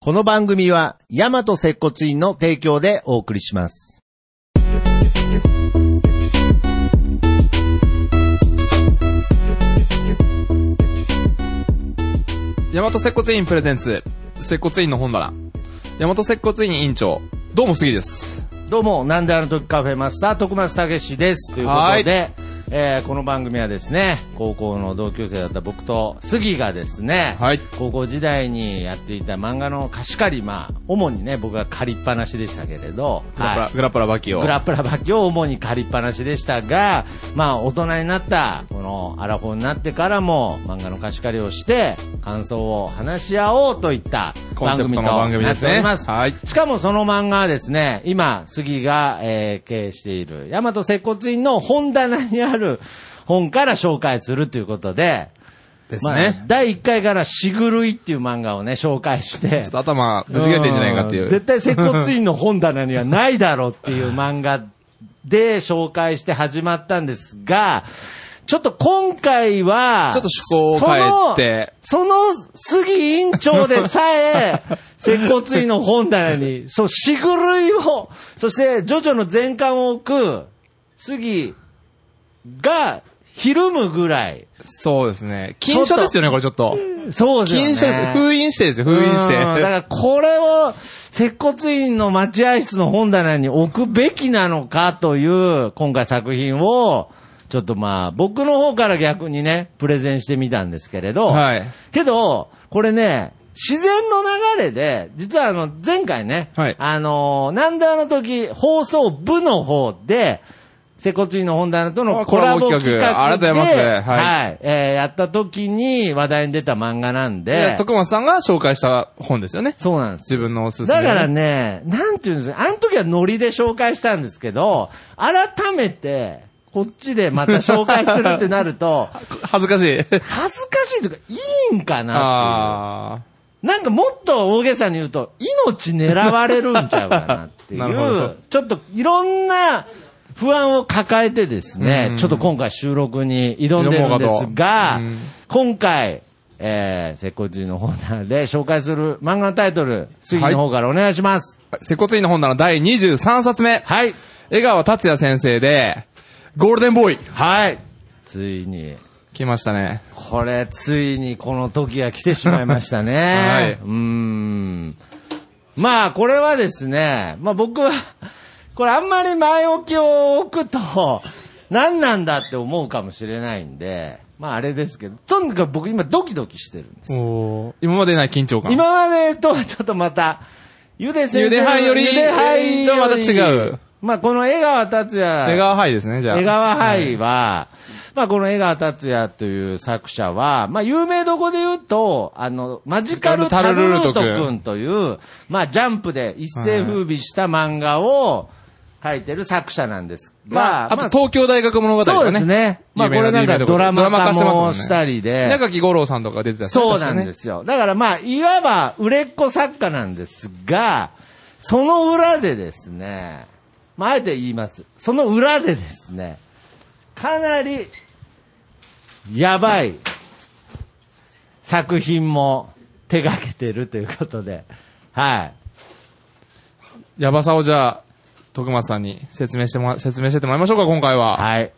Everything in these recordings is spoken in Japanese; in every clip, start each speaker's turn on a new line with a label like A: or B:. A: この番組は、ヤマト接骨院の提供でお送りします。
B: 大和接骨院プレゼンツ、接骨院の本棚。大和接骨院院長、どうも杉です。
A: どうも、なんであの時カフェマスター、徳松武史です。ということで、えーこの番組はですね、高校の同級生だった僕と杉がですね、
B: はい
A: 高校時代にやっていた漫画の貸し借り、まあ、主にね、僕が借りっぱなしでしたけれど、
B: グラプラ、グラプラバキを。
A: グラプラバキを主に借りっぱなしでしたが、まあ大人になった、このアラフォーになってからも漫画の貸し借りをして、感想を話し合おうといった
B: コン
A: 番
B: セプ
A: 組
B: ト
A: と
B: の番組
A: な
B: で
A: っ
B: す
A: ており
B: ね。
A: ます。
B: はい。
A: しかもその漫画はですね、今、杉が、えー経営している、大和接骨院の本棚にある本から紹介するということで、
B: です
A: まあ
B: ね。
A: 第1回からしぐるいっていう漫画をね、紹介して。
B: ちょっと頭、ぶち切れてんじゃないかっていうう。
A: ん絶対接骨院の本棚にはないだろうっていう漫画で紹介して始まったんですが、ちょっと今回は、
B: ちょっと趣向を変えて
A: その、その杉院長でさ え、接骨院の本棚に、そう、しぐるいを、そして、ジョジョの全巻を置く、杉が、ひるむぐらい。
B: そうですね。禁書ですよね、これちょっと。
A: そうですよね。
B: 禁書です。封印してですよ、封印して。
A: うんだからこれを、接骨院の待合室の本棚に置くべきなのかという、今回作品を、ちょっとまあ、僕の方から逆にね、プレゼンしてみたんですけれど、
B: はい
A: けど、これね、自然の流れで、実はあの、前回ね、
B: はい
A: あのーなんであの時、放送部の方で、接骨院の本棚との
B: あ
A: コ
B: コ
A: ラ
B: ラ
A: ボ
B: ボ
A: 企
B: 企
A: 画で、
B: 画ありがとうございますはい
A: はい。えーやった時に話題に出た漫画なんで
B: で、、徳松さんが紹介した本ですよね。
A: そうなんですよ
B: 自分のおすすめ。
A: だからね、なんていうんですか、あの時はノリで紹介したんですけど、改めて、こっちでまた紹介するってなる と、
B: 恥ずかし い。
A: 恥ずかしいというか、いいんかなっ
B: あ
A: ていう。なんかもっと大げさに言うと、命狙われるんちゃうかなってい
B: なるほど
A: う、ちょっといろんな不安を抱えてですね、ちょっと今回収録に挑んでるんですが
B: 挑もうかとうん、
A: 今回、えー、接骨院の方なんで紹介する漫画のタイトル、杉の方からお願いします。
B: ー。接骨院の本棚第23冊目。
A: はい。
B: 江川達也先生で、ゴールデンボーイ。
A: はい。ついに、
B: 来ましたね。
A: これ、ついにこの時が来てしまいましたね。
B: はいう
A: ーん。まあ、これはですね、まあ僕は、これあんまり前置きを置くと、何なんだって思うかもしれないんで、まああれですけど、とにかく僕今ドキドキしてるんです。
B: お今までない緊張感。
A: 今までとはちょっとまた、ゆで先生の。
B: ゆで杯より
A: ゆで杯より
B: また違う。
A: まあこの江川達也。
B: 江川ハイですね、じゃあ。
A: 江川杯は、まあこの江川達也という作者は、まあ有名どこで言うと、あの、マジカルタルルート君という、まあジャンプで一世風靡した漫画を書いてる作者なんですが、
B: まあ、あと
A: まあ
B: 東京大学物語とかね。
A: そうですね。まあこ
B: 有名
A: れなん
B: 有名
A: か
B: とこ
A: ドラマ
B: ドラマ
A: 化
B: 化してますもん
A: も
B: ね
A: したりで、
B: 稲垣吾郎さんとか出てた。
A: そうなんですすよ。だからまあ、いわば売れっ子作家なんですが、その裏でですね、まあ、あえて言います。その裏でですね、かなり、やばい作品も手掛けてるということで、はい。
B: やばさをじゃあ、徳松さんに説明してもら、説明してってもらいましょうか、今回は。
A: はい。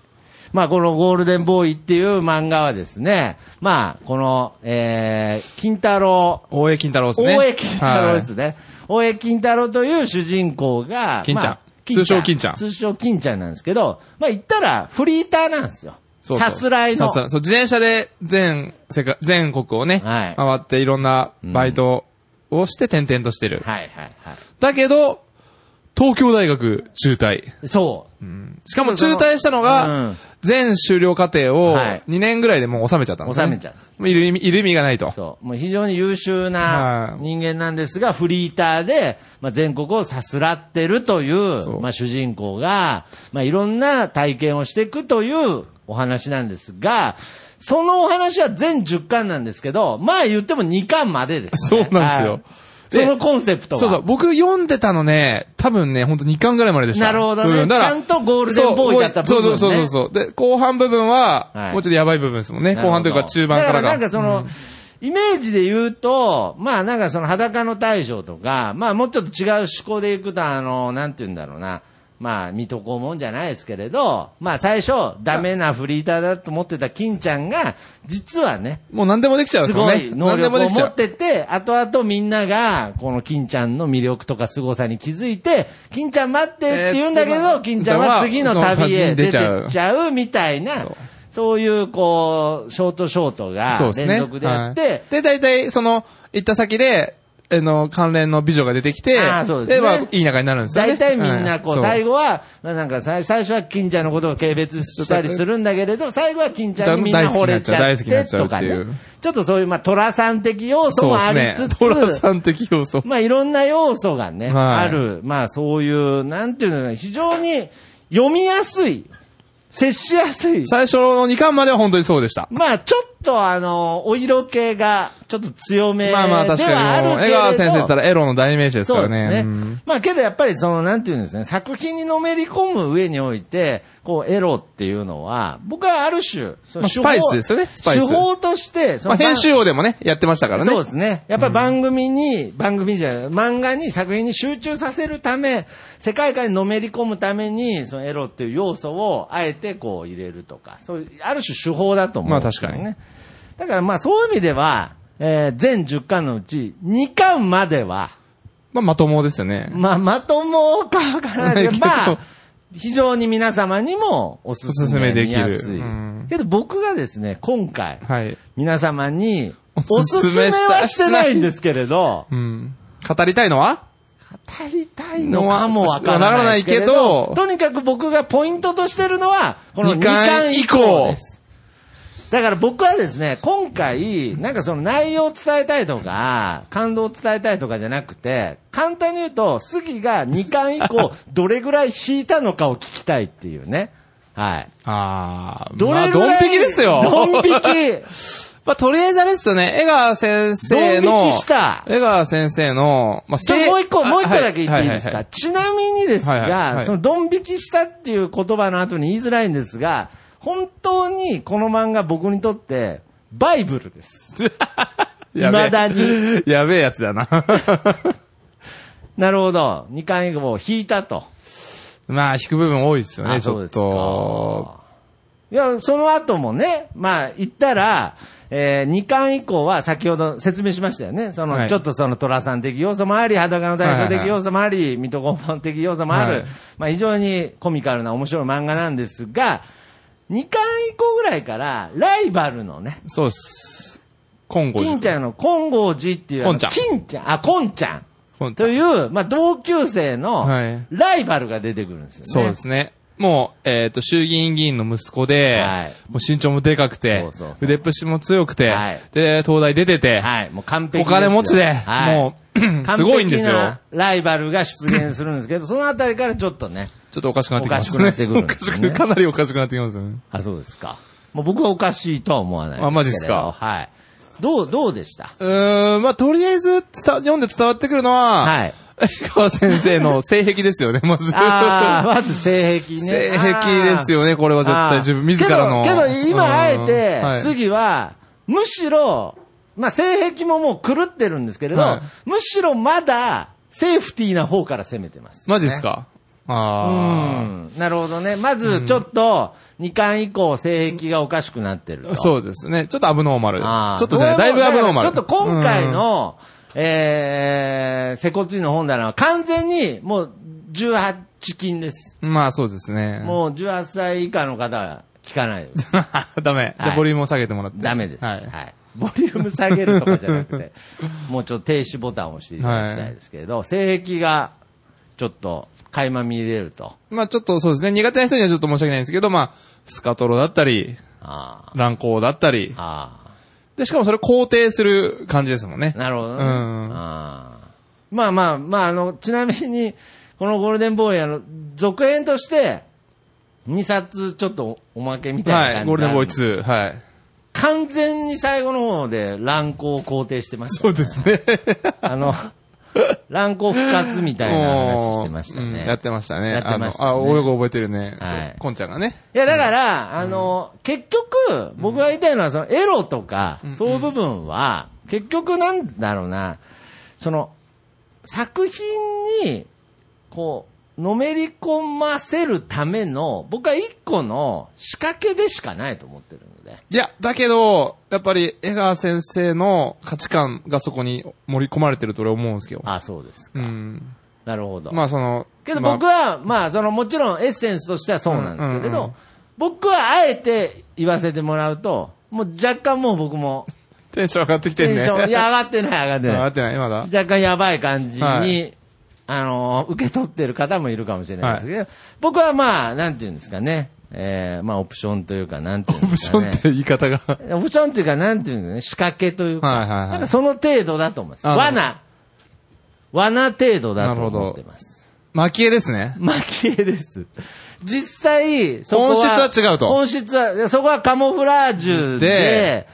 A: まあ、このゴールデンボーイっていう漫画はですね、まあ、この、えー、金太郎
B: 大江金太郎ですね。
A: 大江金太郎です
B: はい。
A: ね。大江金太郎という主人公が、
B: 金ちゃん
A: まあ
B: 通称金ちゃん
A: 通称金ちゃんなんですけど、まあ言ったらフリーターなんですよ。
B: そうそう
A: さすらいの
B: さ。すらい。そう、自転車で全世界、全国をね、
A: はい
B: 回っていろんなバイトをして転々としてる。
A: はいはいは
B: だけど、東京大学中退。
A: い。そう。
B: しかも中退したの
A: う
B: が
A: ん、
B: 全修了課程を
A: はい
B: 2年ぐらいでもう収めちゃったんですね。
A: 収めちゃ
B: もういる意味、いる意味がないと。
A: そう。もう非常に優秀な
B: はい
A: 人間なんですが、フリーターで、まあ、全国をさすらってるという、
B: そう
A: まあ、主人公が、まあ、いろんな体験をしていくというお話なんですが、そのお話は全10巻なんですけど、まあ言っても2巻までです、ね。
B: そうなんですよ
A: はい
B: で
A: そのコンセプトは。
B: そうそう、僕読んでたのね、多分ね、ほんと2巻ぐらいまででした。
A: なるほどね
B: うだから
A: ちゃんとゴールデンボーイだった部分ね
B: そうそうそうそうそう。で、後半部分は、
A: はい
B: もうちょっとやばい部分ですもんね。
A: なるほど
B: 後半というか中盤か
A: だから
B: らが。
A: なんかその、イメージで言うと、まあなんかその裸の大将とか、まあもうちょっと違う思考でいくと、あの、なんて言うんだろうな。まあ、水戸黄門じゃないですけれど、まあ最初、ダメなフリーターだと思ってた金ちゃんが、実はね、
B: もう何でもできちゃうんですよ
A: ご
B: ね。
A: い能
B: 何で
A: 力
B: も
A: を
B: できち
A: 持
B: ゃ
A: っ
B: う。
A: てて、後々みんなが、この金ちゃんの魅力とか凄さに気づいて、金ちゃん待ってって言うんだけ
B: えー
A: ど、金ちゃんは次の旅へ出てっち
B: そう出ち
A: ゃうみたいな
B: そう、
A: そういう、こう、ショートショートが
B: そうですね。
A: 連続でやっ
B: はい
A: て、
B: で、大体、その、行った先で、あの、関連の美女が出てきて、
A: あーそうですね
B: まあ、いい仲になるんですよね。
A: 大体みんなこう、
B: はい
A: 最後は、まあなんか最最初は金ちゃんのことを軽蔑したりするんだけれど、最後は金ちゃんにみんな惚れちゃ
B: 大
A: っ
B: 好きにな
A: て
B: っちゃう
A: と
B: 大好
A: か
B: きになっちゃ
A: ね
B: うっていう。
A: ちょっとそういう、まあ、虎さん的要素
B: そう
A: も
B: で
A: あ
B: す
A: り
B: ね
A: つ。つ、
B: トラさん的要素。
A: まあいろんな要素がね、
B: はい
A: ある、まあそういう、なんていうのかな非常に読みやすい、接しやすい。
B: 最初の2巻までは本当にそうでした。
A: まあちょっとあの、お色気がちょっと強めでは
B: まあまあ、確
A: あ
B: かにも
A: る
B: う、
A: けれ
B: 江
A: ど。
B: 川先生ったらエロの代名詞です
A: そ
B: か
A: う
B: ら
A: です
B: ね。
A: ね。
B: うん
A: まあけどやっぱりその、なんていうんですね、作品にのめり込む上において、こう、エロっていうのは、僕はある種、その手法
B: まあスパイスですよねスパイス
A: 手法として、そ
B: まあ、編集王でもね、やってましたからね。
A: そうですね。やっぱり番組に、番組じゃない、漫画に作品に集中させるため、世界観にのめり込むために、そのエロっていう要素をあえてこう入れるとか、そういう、ある種手法だと思うんですよね。
B: まあ確
A: だからまあそういう意味では、えー全10巻のうち2巻までは、
B: まあ、まともですよね。
A: まあまともかわからないです けど、
B: はい
A: ま
B: けど
A: あ、非常に皆様にもおすすめでき
B: お
A: や
B: すす
A: す
B: めでき
A: い
B: るうん。
A: けど僕がですね、今回、
B: はい。
A: 皆様に、お
B: お
A: す
B: す
A: す
B: す
A: め
B: めした
A: はしてないんですけれど、
B: うん。語りたいのは
A: 語りたいのかもわからないけ
B: わからない
A: ど
B: けど、
A: とにかく僕がポイントとしてるのは、この2
B: 二巻
A: 巻以降です。だから僕はですね、今回、なんかその内容を伝えたいとか、感動を伝えたいとかじゃなくて、簡単に言うと、杉が2巻以 降、どれぐらい引いたのかを聞きたいっていうね。はい。
B: ああ、
A: ど
B: ま
A: れ
B: あ
A: ぐ
B: ド
A: ら
B: ン
A: い、
B: 引きですよ。
A: ドン引き。
B: まあ、とりあえずあれですよね、江川先生の、
A: ドン引きした
B: 江川先生の、まあ、
A: ちょ、
B: せ
A: もう一個、
B: あ
A: もう一個だけ言っていいですか、
B: ははは
A: ちなみにですが、
B: はいはいはい
A: その、ドン引きしたっていう言葉の後に言いづらいんですが、本当にこの漫画僕にとって、バイブルです。
B: いやべえ
A: 未だに。
B: やべえやつ だな。
A: なるほど。二巻以降を引いたと。
B: まあ、引く部分多いですよね、
A: あ
B: ち
A: そう
B: ょ
A: で
B: っ
A: すか
B: と。
A: いや、その後もね、まあ、言ったら、えー、2巻以降は先ほど説明しましたよね。その、
B: はい
A: ちょっとその虎さん的要素もあり、裸の大将
B: はいは
A: 的
B: いはい
A: 要素もあり、水戸黄門的要素もある。
B: はい
A: まあ、非常にコミカルな面白い漫画なんですが、2巻以降ぐらいから、ライバルのね、
B: そうです。今後。
A: 金ちゃんの金剛寺っていう、
B: 金ちゃん
A: 金ちゃん、あ、金ちゃん。
B: 今ちゃ
A: と
B: ん
A: いう、まあ、同級生の
B: はい、
A: ライバルが出てくるんですよね。
B: そうですね。もう、えっ、と、衆議院議員の息子で、
A: はい
B: もう身長もでかくて、
A: そうそうそう
B: 腕っぷしも強くて、
A: はい
B: で、東大出てて、
A: はい、もう完璧
B: お
A: ですよ
B: 金持ちで、
A: はい
B: もう、 す
A: 完
B: ごいんで
A: 璧
B: すよ
A: な。ライバルが出現するんですけど、そのあたりからちょっとね。
B: ちょっとおかしくなってきます
A: おかしく
B: ね。
A: なってくるんですよね
B: おかしくかなりおかしくなってきますよね。
A: あ、そうですか。もう僕はおかしいとは思わないですけれど。
B: あマジっすか
A: はい。どう、どうでした
B: うーん、まあ、とりあえず、伝わ、読んで伝わってくるのは、
A: はい。
B: 江川先生の性癖ですよね、ま ず。
A: ああ、まず性癖ね。
B: 性癖です
A: よ。
B: よね、これは絶
A: あー
B: 対自分、自らの。
A: けど、けど
B: うん
A: 今あえて、
B: はい
A: 杉は、むしろ、まあ、性癖ももう狂ってるんですけれど、
B: はい
A: むしろまだ、セーフティーな方から攻めてます、
B: マジっす
A: か
B: か
A: う
B: あ
A: んなるほどね。まず、ちょっと、2巻以降、性癖がおかしくなってる
B: あ。
A: と。
B: そうですね。ちょっとアブノーマル。ち
A: あー
B: ょっとじゃない、だいぶアブノーマル。
A: ちょっと今回の、えー、セコチの本棚は完全に、もう、18禁です。
B: うん。まあそうですね。
A: もう、18歳以下の方は聞かないです。
B: ダメ。じゃ
A: は
B: あ
A: い
B: ボリュームを下げてもらって。
A: ダメです。は。
B: はいい。
A: ボリューム下げるとかじゃなくて、 もうちょっと停止ボタンを押していただきたいですけれど、性癖が、ちょっと、垣間見れると。
B: まあちょっとそうですね。苦手な人にはちょっと申し訳ないんですけど、まあ、スカトロだったり、
A: あ
B: 乱行だったり
A: あ。。ああ。
B: で、しかもそれ肯定する感じですもんね。
A: なるほどね。
B: うん
A: あーまあまあ、まあ、あの、ちなみに、このゴールデンボーイ、あの、続編として、2冊ちょっとおまけみたい
B: は。
A: ない感じ
B: ゴールデンボーイ
A: ーイ
B: 2。はい。
A: 完全に最後の方で乱行を肯定してます、
B: そうですね。
A: あの、乱行復活みたいな話してました
B: う
A: ね
B: ん。やってましたね。
A: やってましたね
B: あの、あ、俺が覚えてるね。
A: はい
B: そうこんちゃんがね。
A: いや、だから、あの、結局、僕が言いたいのは、その、エロとか、
B: ん
A: そういう部分は、結局なんだろうな、その、作品に、こう、のめり込ませるための、僕は一個の仕掛けでしかないと思ってるので。
B: いや、だけど、やっぱり江川先生の価値観がそこに盛り込まれてると俺思うんですけど。
A: あ、そうです
B: う
A: か。
B: ん。
A: なるほど。
B: まあその、
A: けど
B: まあ
A: 僕は、まあ、その、もちろんエッセンスとしてはそうなんですけれ
B: うんうんう
A: ど、僕はあえて言わせてもらうと、もう若干もう僕も、
B: テンション上がってきて
A: テ
B: んね。
A: ンション、いや、上がってない、上がって
B: 上
A: ない
B: が。ってない、まだ。
A: 若干やばい感じに、
B: はい
A: あのー受け取ってる方もいるかもしれないですけど、僕はまあ、なんていうんですかね、えー、まあ、オプションというか、なんてい
B: オ
A: うんで
B: プ
A: す
B: シ
A: か
B: ョ
A: ね。
B: ンって言い方 が。
A: ョンオプションっていうか、なんていうんですかね、仕掛けというか、
B: はいはいはい
A: なんかその程度だと思います。
B: あ
A: 罠。罠程度だと
B: なる
A: 思
B: ほ
A: って
B: ど
A: ます。
B: 蒔絵で すね。
A: 蒔絵です。実際、そこは。
B: 本質は違うと
A: 本質は、いやそこはカモフラージュで、
B: で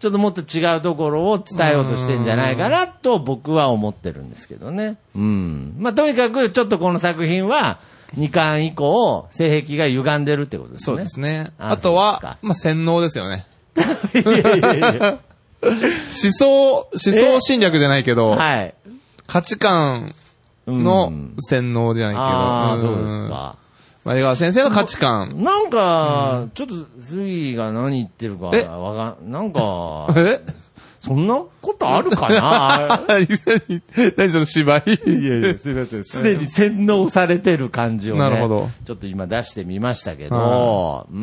A: ちょっともっと違うところを伝えようとしてんじゃないかなと僕は思ってるんですけどね。うん。まあ、とにかくちょっとこの作品は2巻以降、性癖が歪んでるってことですね。
B: そうですね。
A: あ
B: あと
A: そうですか
B: は、まあ洗脳ですよね。
A: いやいやい や。
B: 思想、思想侵略じゃないけど、
A: はい。
B: 価値観
A: うん
B: の洗脳じゃないけど。
A: ああ、
B: ん
A: そうです。か。
B: まあ、江川先生の価値観。
A: なんか、ちょっと、杉が何言ってるか、
B: え
A: わかん、なんか、
B: え
A: そんなことあるかな
B: 何何その芝居
A: いやいや、すいま せん。すでに洗脳されてる感じをね。
B: なるほど。
A: ちょっと今出してみましたけど
B: は、
A: うー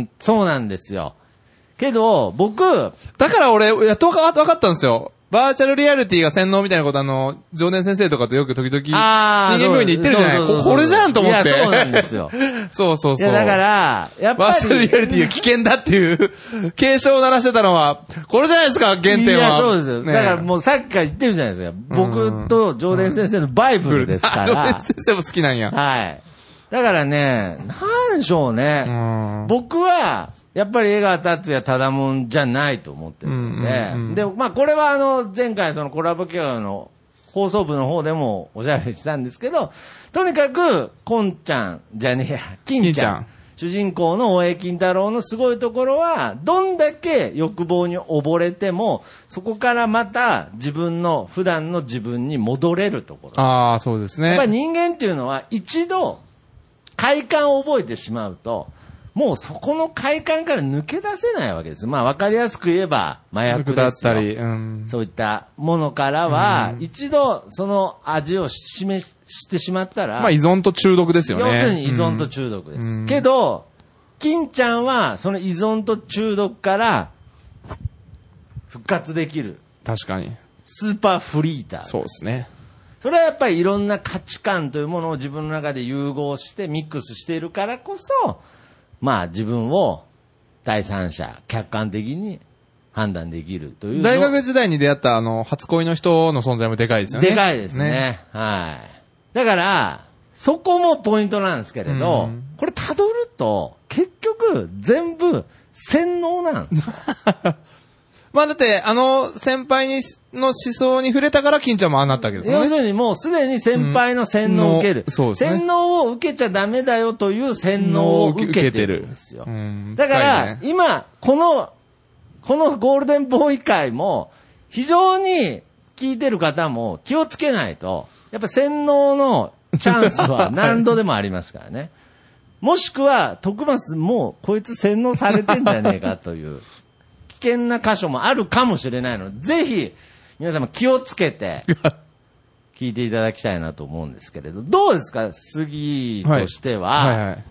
A: ん、そうなんですよ。けど、僕、は
B: だから俺、やっとわかわかったんですよ。バーチャルリアリティが洗脳みたいなことあの、常年先生とかとよく時々、人
A: あー
B: 間病院で言ってるじゃない
A: そうそうそう
B: ここれじゃんと思って。
A: いやそうなんですよ
B: そうそう
A: い
B: そう。
A: や、だか、ら、やっ
B: バ
A: ぱ
B: ーチャル
A: り
B: リア、リティが危険だっていう、警鐘を鳴らしてたのは、これじゃないですか、原
A: い
B: 点は。
A: や、そうですよ。
B: ね
A: だからもうさっきから言ってるじゃないですか。僕と常連先生のバイブルですか
B: あ常年
A: ら。
B: 先生も好きなんや。
A: はい。だからね、なんでしょうね。
B: うん
A: 僕は、やっぱり江川達也ただもんじゃないと思ってるので、
B: うんうんうん
A: で、まあこれはあの、前回そのコラボ企画の放送部の方でもおしゃべりしたんですけど、とにかく、こんちゃんじゃねえや、金ちゃん。
B: 金ちゃん
A: 主人公の大江金太郎のすごいところは、どんだけ欲望に溺れても、そこからまた自分の、普段の自分に戻れるところ。
B: ああ、そうです
A: やっぱり
B: ね。
A: 人間っていうのは一度快感を覚えてしまうと、もうそこの快感から抜け出せないわけです。まあ分かりやすく言えば麻薬
B: だ
A: で
B: っ
A: すよ
B: たり、うん。
A: そういったものからは、一度その味を示してしまったら、
B: まあ依存と中毒ですよね。
A: 要するに依存と中毒です。けど、金ちゃんはその依存と中毒から復活できる
B: 確かに。
A: スーパーフリーター。
B: そうですね。
A: それはやっぱりいろんな価値観というものを自分の中で融合してミックスしているからこそ、まあ自分を第三者、客観的に判断できるというの。
B: 大学時代に出会った、あの、初恋の人の存在もでかいですよね。
A: でかいですね。。はい。だから、そこもポイントなんですけれど、
B: うん
A: これ辿ると、結局全部洗脳なん です。
B: まあだって、あの、先輩に、の思想に触れたから、金ちゃんもああなったわけですよ
A: 要す
B: ね。
A: るにもうすでに先輩の洗脳を受ける。
B: うんそうですね
A: 洗脳を受けちゃダメだよという洗脳を受けてるんですよ。
B: うん
A: だから、
B: 深いね
A: 今、この、このゴールデンボーイ会も、非常に聞いてる方も気をつけないと、やっぱ洗脳のチャンスは何度でもありますから ね。もしくは、徳松もうこいつ洗脳されてんじゃねえかという、危険な箇所もあるかもしれないので、ぜひ、皆様気をつけて、聞いていただきたいなと思うんですけれど、どうですか杉としては、
B: はいはい。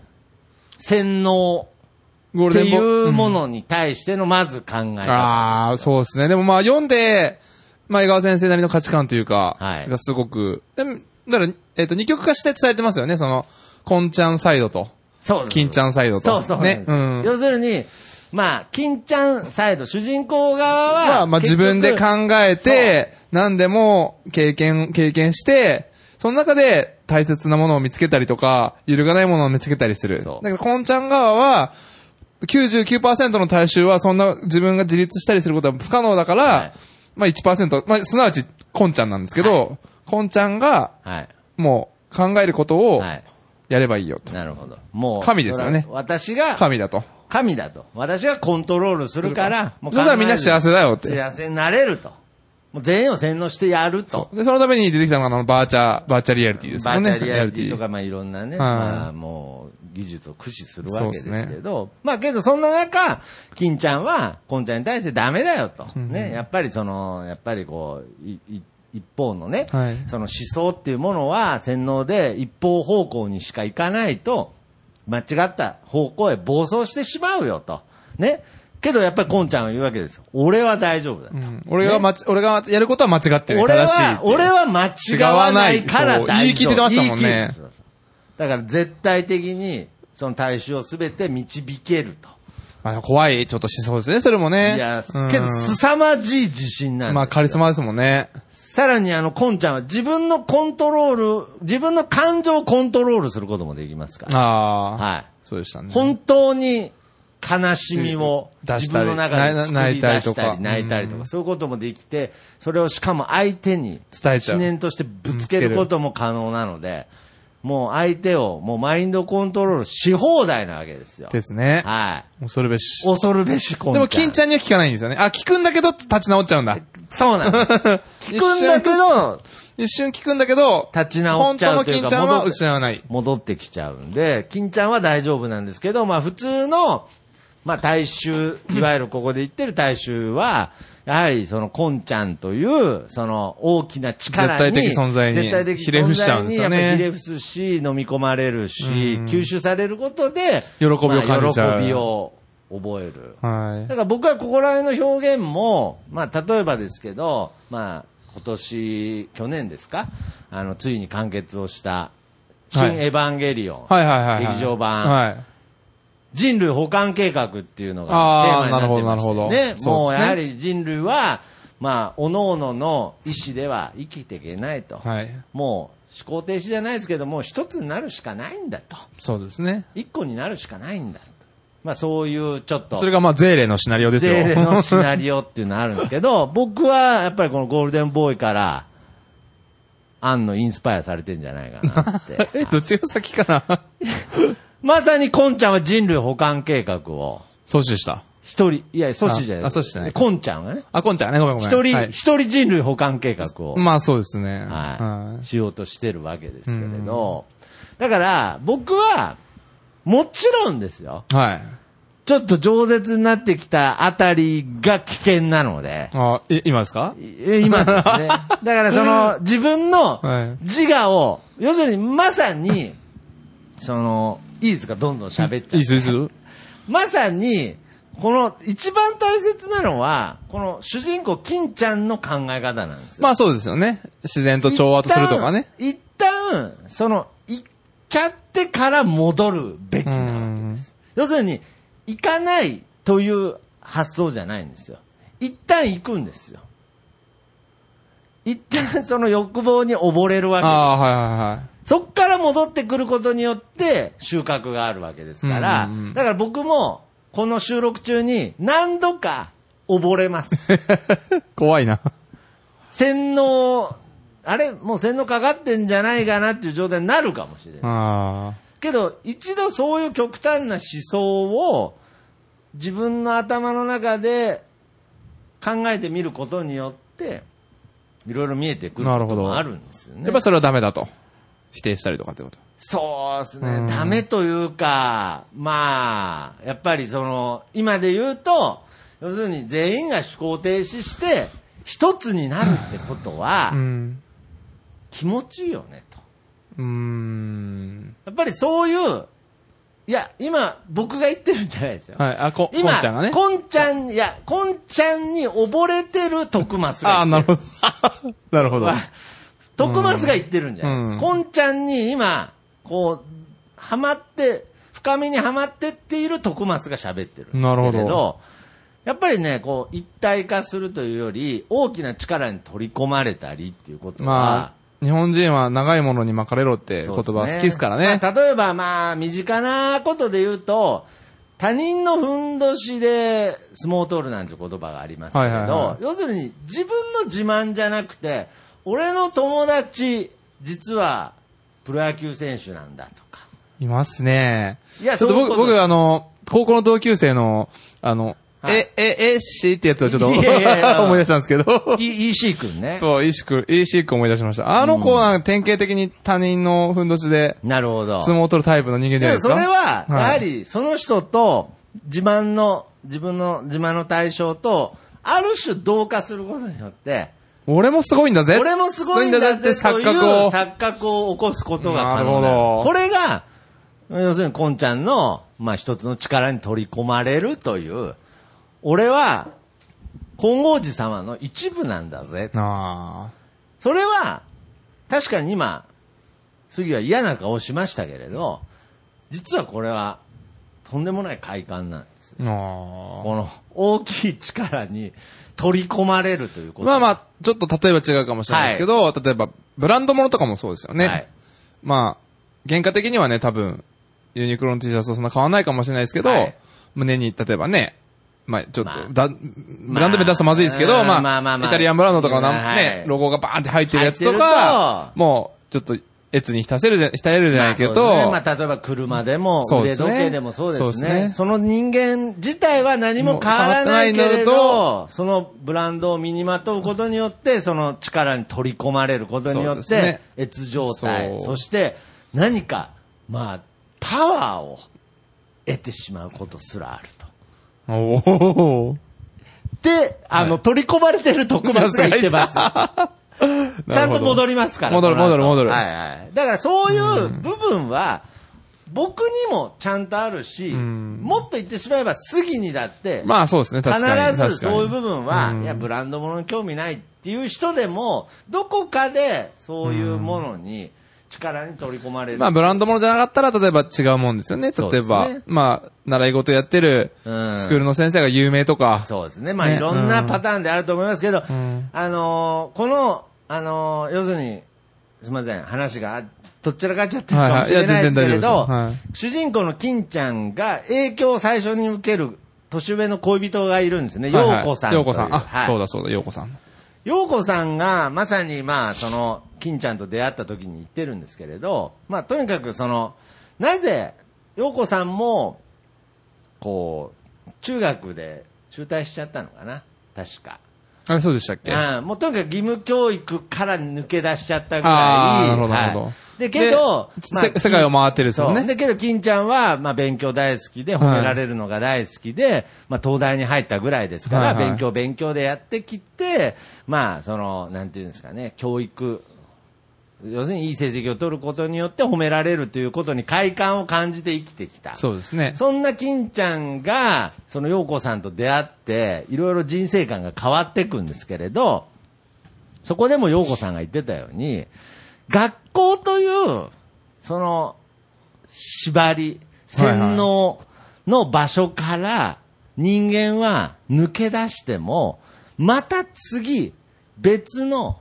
A: 洗脳っ
B: ゴール
A: て
B: デンボ
A: いう
B: うん
A: ものに対してのまず考え
B: あ
A: 方
B: あ、
A: ですよ。
B: そうですね。でもまあ読んで、まあ江川先生なりの価値観というか、
A: はい
B: がすごく、でもだから、えっ、と、二極化して伝えてますよね。その、こんちゃんサイドと、
A: そうです
B: 金ちゃんサイドと。
A: そうそう。
B: ね。うん。
A: 要するに、まあ、金ちゃんサイド、主人公側は、
B: まあ、まあ自分で
A: 結局
B: 考えて、何でも経験、経験して、その中で大切なものを見つけたりとか、揺るがないものを見つけたりする。だ
A: そう
B: けど、こんちゃん側は、99%の大衆はそんな自分が自立したりすることは不可能だから、
A: はい
B: まあ1%、まあすなわち、こんちゃんなんですけど、こんちゃんが、
A: はい。
B: もう、考えることを、
A: はい。
B: やればいいよと。
A: なるほど。もう。
B: 神ですよね
A: それは私が、
B: 神だと。
A: 神だと。私がコントロールするから、もう
B: そしたらみんな幸せだよって
A: 幸せになれると。もう全員を洗脳してやると。
B: で、そのために出てきたのが、あの、バーチャー、バーチャリアリティです
A: バ
B: よ
A: ー
B: ね。
A: チャリアリティと
B: リア
A: か、まあいろんなね、
B: はい
A: まあもう技術を駆使するわけです
B: そう
A: け
B: で
A: ど、まあけどそんな中、金ちゃんは、コンちゃんに対してダメだよと。
B: うん
A: ね、やっぱりその、やっぱりこう、いい一方のね、
B: はい
A: その思想っていうものは洗脳で一方方向にしか行かないと、間違った方向へ暴走してしまうよと。ね。けどやっぱりコンちゃんは言うわけですよ。俺は大丈夫だと。
B: うん俺がまち、俺がやることは間違ってる。
A: 俺
B: 正しい
A: は
B: っ、ていう
A: 俺は間違わないから
B: 違わな
A: 大
B: いそう言い切
A: 丈夫
B: ってましたもんね
A: 言い切るそうそうだから絶対的に、その大衆をすべて導けると。
B: まあ、怖い、ちょっとしそうですね、それもね。
A: いや
B: うん、
A: けど、凄まじい自信なんですよ
B: まあ、カリスマですもんね。
A: さらにあの、コンちゃんは自分のコントロール、自分の感情をコントロールすることもできますから。
B: ああ。
A: はい。
B: そうでしたね。
A: 本当に悲しみを
B: 出
A: 自
B: した
A: 分
B: り
A: の中で作り出
B: 泣いたり
A: し
B: と
A: た
B: か
A: り、泣いたりと
B: う
A: か、
B: ん
A: そういうこともできて、それをしかも相手に
B: 伝えちゃう
A: 思念としてぶつけることも可能なので、もう相手をもうマインドコントロールし放題なわけですよ。
B: ですね。
A: は
B: 恐るべし
A: い。。恐るべしコン
B: でも、金ち
A: ゃん。
B: ゃんには聞かないんですよね。あ、聞くんだけど、立ち直っちゃうんだ。
A: そうなん です。聞くんだけど、
B: 一瞬聞くんだけど、
A: 立ち直っちゃう
B: 本
A: と
B: 当
A: いう
B: の
A: か
B: 金ちゃんは
A: 戻っ
B: 失わない。
A: 戻ってきちゃうんで、金ちゃんは大丈夫なんですけど、まあ普通の、まあ大 衆、いわゆるここで言ってる大衆は、やはりそのコンちゃんという、その大きな力に。
B: 絶対的存在に
A: 絶対的存在に
B: ひれ伏しちゃうんですよね
A: やっぱひれ伏すし、飲み込まれるし、吸収されることで、
B: 喜びを感じちゃう
A: まあ喜びを覚える。
B: は
A: だから僕はここら辺の表現も、まあ、例えばですけど、まあ、今年、去年ですかあの、ついに完結をした、
B: は
A: 新
B: い
A: エヴァンゲリオン、
B: い。はいはいはいはい。
A: 劇場版、
B: はい。
A: 人類保管計画っていうのがテー
B: あー
A: マになってまして、ね、
B: なるほ
A: も
B: どなるほど
A: う
B: そうですね
A: やはり人類は、まあ、各々の意思では生きていけないと。
B: はい。
A: もう、思考停止じゃないですけども、一つになるしかないんだと。
B: そうですね。
A: 一個になるしかないんだと。まあ、そういう、ちょっと。
B: それがまあ、ゼーレのシナリオですよ。
A: ゼーレのシナリオっていうのあるんですけ ど、僕はやっぱりこのゴールデンボーイから、アンのインスパイアされてんじゃないかなって。
B: え、どっちが先かな
A: まさにコンちゃんは人類保管計画を、
B: 阻止した。
A: 一人、いや、阻止じゃない。
B: ああ阻止じゃない
A: コンちゃんがね、
B: あ、こんちゃんね、ごめんごめん。
A: 一
B: は
A: 人、
B: い
A: 一、人人類保管計画を、
B: まあ、そうです
A: は
B: ね。
A: い
B: はい
A: しようとしてるわけですけれど、だから僕は、もちろんですよ。
B: はい。
A: ちょっと饒舌になってきたあたりが危険なので、
B: あ、え、今ですか
A: え今 ですね。だからその、自分の
B: はい
A: 自我を、要するにまさに、その、いいですかどんどん喋っちゃ
B: いういっ。す、いいっす。
A: まさに、この、一番大切なのは、この主人公、金ちゃんの考え方なんですよ。
B: まあ、そうですよね。自然と調和とするとかね。
A: 一旦、一旦その、行っちゃってから戻るべきなわけです。要するに、行かないという発想じゃないんですよ。一旦行くんですよ。一旦その欲望に溺れるわけです。
B: ああ、はいはいはい。
A: そっから戻ってくることによって収穫があるわけですから
B: うんうんう、ん
A: だから僕もこの収録中に何度か溺れます。
B: 怖 いな。
A: 洗脳、あれもう洗脳かかってんじゃないかなっていう状態になるかもしれない。
B: あ
A: けど、一度そういう極端な思想を自分の頭の中で考えてみることによって、いろいろ見えてくることもあるんですよ
B: あ。
A: ね。
B: やっぱそれはダメだと。否定したりとかってこと。
A: そうです
B: う
A: ね。
B: ん
A: ダメというか、まあ、やっぱりその、今で言うと、要するに全員が思考停止して、一つになるってことは
B: う、ん。
A: 気持ちいいよね、と。
B: うーん。
A: やっぱりそういう、いや、今、僕が言ってるんじゃないですよ。
B: はい。あ、こ、こん
A: 今、
B: ちゃんがね。
A: こんちゃん、いや、こんちゃんに溺れてる徳松が
B: ああ、なるほど。 なるほど。
A: は 徳松が言ってるんじゃないです
B: うん
A: か。こ、んちゃんに今、こう、ハマって、深みにはまってっている徳松が喋ってるんですけれど、
B: なるほど
A: やっぱりね、こう、一体化するというより、大きな力に取り込まれたりっていうことは、
B: まあ、日本人は長いものに巻かれろって言葉
A: そう
B: 好きですからね。
A: まあ例えば、まあ、身近なことで言うと、他人のふんどしで相撲を取るなんて言葉がありますけれど、
B: はいはいはい
A: 要するに自分の自慢じゃなくて、俺の友達、実は、プロ野球選手なんだとか。
B: いますね。
A: いや
B: ちょっと
A: そういう
B: 僕、
A: こと
B: 僕、あの、高校の同級生の、あの、
A: はい
B: え、え、え、しってやつをちょっと
A: いやいやいや
B: 思い出したんですけ ど。
A: い EC 君ね。
B: そう、イシク、イシク思い出しました。あの子は典型的に他人のふんどしで
A: なるほど。
B: 相撲を取るタイプの人間じゃない
A: で
B: で
A: も
B: す
A: そ
B: か。
A: れは、や
B: い
A: はり、その人と、自慢の、自分の、自慢の対象と、ある種同化することによって、
B: 俺もすごいんだぜ。
A: 俺もすごいんだぜって
B: 錯
A: 錯
B: 覚
A: 覚
B: を
A: を。。錯覚を起こすことが可
B: なる
A: 能
B: ほど
A: だ。これが、要するに、こんちゃんの、まあ、一つの力に取り込まれるという、俺は、金剛寺様の一部なんだぜ。
B: あ
A: それは、確かに今、杉は嫌な顔をしましたけれど、実はこれは、とんでもない快感なんです。
B: ーあー。
A: この、大きい力に取り込まれるということ。
B: まあまあ、ちょっと例えば違うかもしれないですけど、例えば、ブランドものとかもそうですよね。
A: はい
B: まあ、原価的にはね、多分、ユニクロの T シャツとそんな変わらないかもしれないですけど、
A: はい
B: 胸に、例えばね、まあ、ちょっと、
A: まあ
B: だ、ブランド名出すとまずいですけど、
A: まあ
B: ま
A: まあ
B: あ、
A: まあまあ
B: イタリアンブランドとかの、
A: はい
B: ね、ロゴがバーンって入ってるやつ
A: 入
B: と
A: って
B: か
A: る、と
B: もう、ちょっと、エツに浸せるじゃ、浸れるじゃないけど、
A: まあそうですねまあ、例えば車でも、
B: そうで
A: 腕
B: すね
A: 時計でもそうですね
B: そうですね
A: その人間自体は何も変わらないけれ
B: もう変わ
A: ど、そのブランドを身にまとうことによって、その力に取り込まれることによ
B: そうで
A: っ
B: すね
A: て、越状態
B: そう
A: そ、して何か、まあ、パワーを得てしまうことすらあると。
B: おー
A: で、あの、取り込まれてる特番が言ってます。ちゃんと戻りますから。
B: 戻る
A: この後
B: 戻る戻る
A: はいはい。だからそういう部分は、僕にもちゃんとあるし、
B: ん
A: もっと言ってしまえば杉にだって、
B: まあそうですね、確かに。
A: 必ず
B: 確かに
A: そういう部分は、
B: うん
A: いや、ブランドものに興味ないっていう人でも、どこかでそういうものに力に取り込まれる。
B: まあ、ブランド物じゃなかったら、例えば違うもんですよね。
A: そう
B: 例え
A: ですね
B: ば、まあ、習い事やってる、スク
A: うん
B: ールの先生が有名とか。
A: そうですね。まあ、
B: ね
A: いろんなパターンであると思いますけど、
B: ん
A: あのーこの、あのー要するに、すみません、話が、どっちらかっちゃってる
B: はい
A: か
B: は
A: も
B: い
A: しれない
B: い
A: で
B: や全
A: す
B: 然
A: け
B: 大丈夫
A: れ
B: で
A: ど、
B: すは
A: 主人公の金ちゃんが影響を最初に受ける年上の恋人がいるんですね。
B: はい
A: 陽
B: はい
A: 子さんとい
B: よ
A: う。
B: うこさん。あ、
A: はい
B: そうだそうだ、ようこさん。
A: 陽子さんが、まさに、まあ、その、金ちゃんと出会った時に言ってるんですけれど、まあ、とにかく、その、なぜ、陽子さんも、こう、中学で中退しちゃったのかな確か。
B: あれ、そうでしたっけ
A: ああもうとにかく義務教育から抜け出しちゃったぐらい。
B: あーなるほど
A: はい
B: なるほど
A: で、けど、
B: でせ世界を回ってるんですもんね
A: そうで、けど、金ちゃんは、まあ、勉強大好きで、褒められるのが大好きで、まあ、東大に入ったぐらいですから、
B: はいはい
A: 勉強勉強でやってきて、まあ、その、なんていうんですかね、教育、要するにいい成績を取ることによって褒められるということに快感を感じて生きてきた。
B: そうですね。
A: そんな金ちゃんが、その陽子さんと出会って、いろいろ人生観が変わっていくんですけれど、そこでも陽子さんが言ってたように、学校という、その、縛り、洗脳の場所から人間は抜け出しても、また次、別の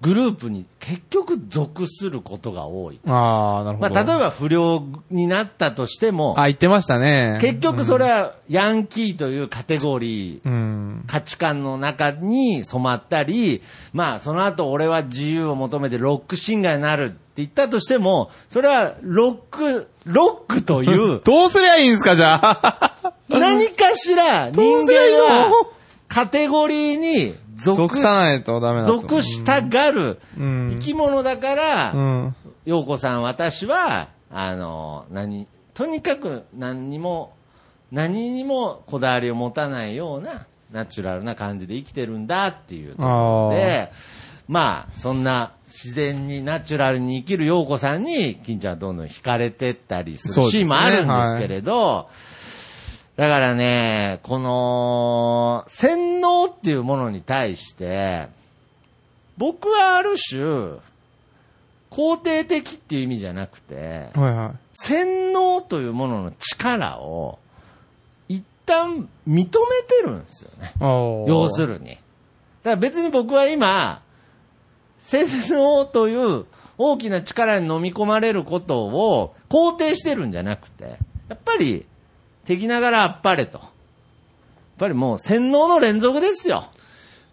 A: グループに結局属することが多い。
B: ああ、なるほ
A: まあ、
B: ど。
A: 例え
B: ば、
A: ば不良になったとしても、
B: あ、言ってましたね。
A: 結局それはヤンキーというカテゴリー、
B: うん。
A: 価値観の中に染まったり、まあその後俺は自由を求めてロックシンガーになるって言ったとしても、それはロック、ロックという
B: どうすりゃいいんすか、じゃあ。
A: 何かしら人
B: どうすりゃいい
A: 間
B: の
A: はカテゴリーに属
B: 属
A: し
B: さないとダメだと。
A: 属したがる
B: うん
A: 生き物だから、
B: うん。
A: 陽子さん、私は、あの、何、とにかく何にも、何にもこだわりを持たないような、ナチュラルな感じで生きてるんだっていうところで、まあ、そんな自然にナチュラルに生きる陽子さんに、金ちゃんはどんどん惹かれてったりする
B: そうです
A: シ
B: ね
A: ーンもあるんですけれど、だからね、この、洗脳っていうものに対して、僕はある種、肯定的っていう意味じゃなくて、
B: はいは
A: 洗脳というものの力を、一旦認めてるんですよね。
B: い。おー
A: 要するに。だから別に僕は今、洗脳という大きな力に飲み込まれることを肯定してるんじゃなくて、やっぱり敵ながらあっぱれと。やっぱりもう洗脳の連続ですよ。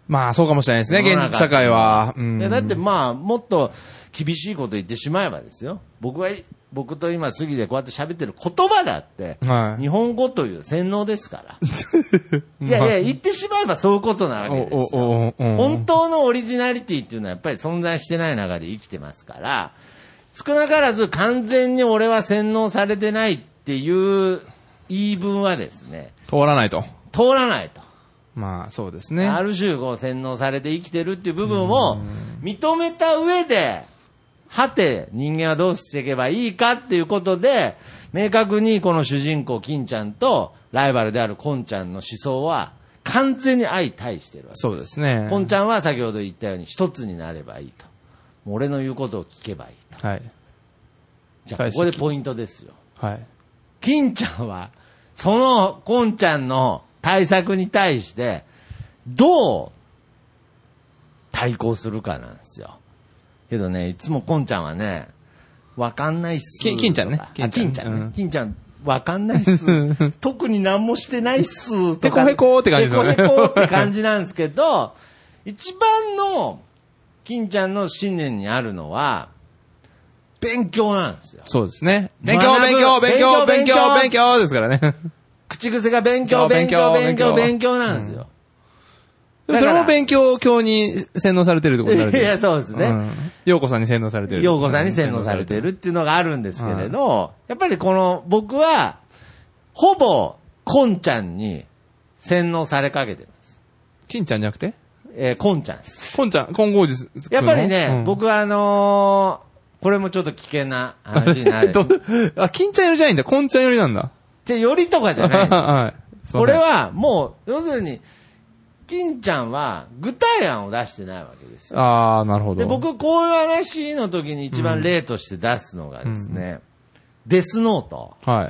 B: まあ、そうかもしれないですね、
A: 世の中
B: 現実社会は。うん。
A: いやだってまあ、もっと厳しいこと言ってしまえばですよ。僕は、僕と今、杉でこうやって喋ってる言葉だって、
B: はい
A: 日本語という洗脳ですから。いやいや、言ってしまえばそういうことなわけです
B: おお
A: よ。
B: おおお
A: 本当のオリジナリティっていうのはやっぱり存在してない中で生きてますから、少なからず完全に俺は洗脳されてないっていう言い分はですね、
B: 通らないと。
A: 通らないと。
B: まあ、そうですね。
A: ある種こう洗脳されて生きてるっていう部分を認めた上で、はて、人間はどうしていけばいいかっていうことで、明確にこの主人公、金ちゃんと、ライバルであるコンちゃんの思想は、完全に相対してるわけ。
B: そうですね。
A: コンちゃんは先ほど言ったように、一つになればいいと。もう俺の言うことを聞けばいいと。
B: はい。
A: じゃあ、ここでポイントですよ。
B: はい。
A: 金ちゃんは、そのコンちゃんの対策に対して、どう対抗するかなんですよ。けどね、いつもコンちゃんはね、わかんないっす
B: き金ちゃんね
A: とかあ
B: 金ちゃん
A: 金ちゃん
B: う
A: ね
B: ん。
A: 金ちゃん、わかんないっ す。特に何もしてないっす。とか
B: へこへこって感じですよね
A: へこへこって感じなんですけど、一番の金ちゃんの信念にあるのは、勉強なんですよ。
B: そうですね。勉強、
A: 学ぶ
B: 勉強、勉
A: 勉
B: 強、勉
A: 強
B: 強、勉強ですからね。
A: 口癖が勉強、勉
B: 勉
A: 強、
B: 強
A: 勉強、
B: 勉強
A: 勉強なんですよ。
B: でもそれも勉強教に洗脳されてるってことになる
A: い
B: じゃない
A: や、そうです
B: う
A: ね。
B: ん。ようこさんに洗脳されてる。
A: 陽子さんに洗脳されてるっていうのがあるんですけれど、やっぱりこの、僕は、ほぼ、こんちゃんに洗脳されかけてます。
B: 金ちゃんじゃなくて
A: えー、こんちゃんです。
B: こんちゃん、金剛寺君の
A: やっぱりね、、
B: うん
A: 僕はあのーこれもちょっと危険な話になる。
B: どあ、金ちゃん寄りじゃないんだ。こんちゃん寄りなんだ。
A: じゃよりとかじゃ ないんです
B: はい。すいません
A: これ、は、もう、要するに、金ちゃんは具体案を出してないわけですよ
B: あー、なるほど。
A: で、僕、こういう話の時に一番例として出すのがですね、デスノート。
B: は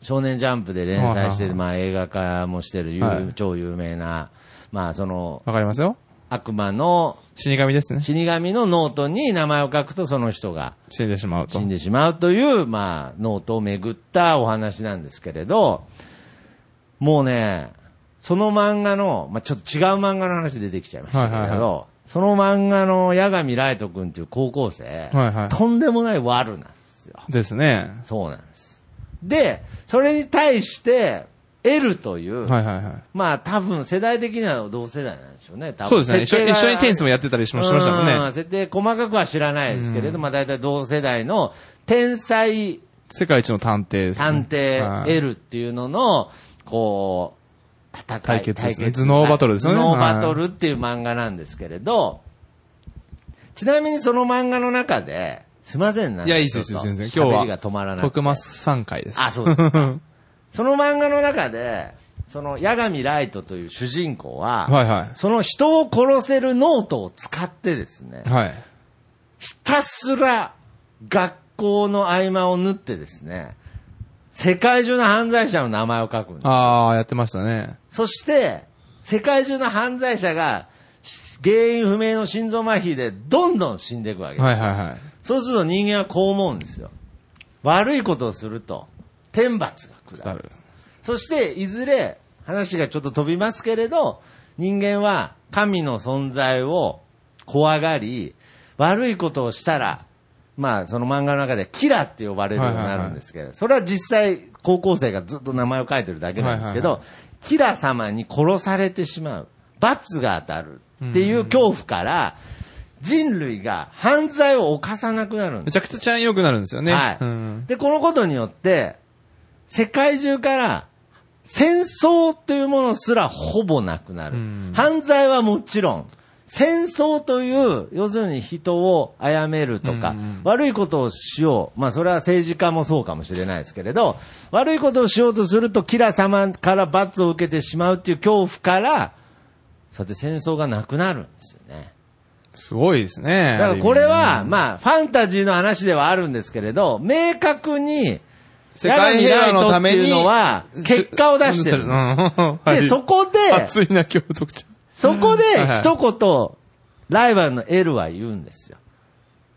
B: い。
A: 少年ジャンプで連載して
B: は
A: る、
B: い
A: まあ映画化もしてる有、
B: はい
A: 超有名な、まあその、
B: わかりますよ。
A: 悪魔の
B: 死神ですね。
A: 死神のノートに名前を書くとその人が
B: 死んでしまうと。
A: 死んでしまうという、まあ、ノートをめぐったお話なんですけれど、もうね、その漫画の、まあ、ちょっと違う漫画の話出てきちゃいましたけれど、
B: はいはいは
A: その漫画の八神ライト君っていう高校生、
B: はいはい
A: とんでもない悪なんですよ。
B: ですね。
A: そうなんです。で、それに対して、L という、
B: はいはいはい。
A: まあ多分世代的には同世代なんでしょうね、多分
B: そうです
A: 設定
B: ね。一緒に
A: が
B: 一緒にテニスもやってたりしましましたもん
A: う
B: ね。
A: 設定細かくは知らないですけれど、まあ大体同世代の天才
B: 世界一の探偵ですね。
A: 探偵
B: はい
A: L っていうのの、こう、戦い。
B: 対決ですね頭脳バトルですよね
A: 頭脳バトルっていう漫画なんですけれど、ちなみにその漫画の中で、すいませんなんか
B: いや、いいです
A: ち
B: よ、
A: ょっ
B: 全
A: と
B: 然。今日
A: 喋りが止まら
B: は、
A: ない。
B: 徳松3回です。
A: あそうです
B: はい
A: その漫画の中で、その、八神ライトという主人公は、
B: は
A: その人を殺せるノートを使ってですね
B: い。、はい。
A: ひたすら学校の合間を縫ってですね、世界中の犯罪者の名前を書くんです。
B: あー、やってましたね。
A: そして、世界中の犯罪者が、し原因不明の心臓麻痺でどんどん死んでいくわけです。
B: はいはいはい。
A: そうすると人間はこう思うんですよ。悪いことをすると、天罰が下
B: あ
A: る。
B: る。
A: そして、いずれ、話がちょっと飛びますけれど、人間は神の存在を怖がり、悪いことをしたら、まあ、その漫画の中でキラって呼ばれるようになるんですけど、それは実際、高校生がずっと名前を書いてるだけなんですけど、
B: はいは
A: キラ様に殺されてしまう。罰が当たるっていう恐怖から、人類が犯罪を犯さなくなるんです
B: めちゃくちゃ治安良くなるんですよね。
A: はい、
B: うん
A: で、このことによって、世界中から戦争というものすらほぼなくなる。
B: うん
A: 犯罪はもちろん、戦争という、要するに人を殺めるとか、
B: うん
A: 悪いことをしよう。まあそれは政治家もそうかもしれないですけれど、悪いことをしようとすると、キラ様から罰を受けてしまうっていう恐怖から、そうやって戦争がなくなるんですよね。
B: すごいですね。
A: だからこれ
B: あ
A: は、
B: る意味、
A: まあ、ファンタジーの話ではあるんですけれど、明確に、
B: 世界平和のため
A: ってい
B: に
A: うの、は、結果を出してる
B: うん。はい
A: で、そこで、
B: 熱いな、今日、徳ち
A: そこで
B: はいはい
A: 一言、ライバルの L は言うんですよ。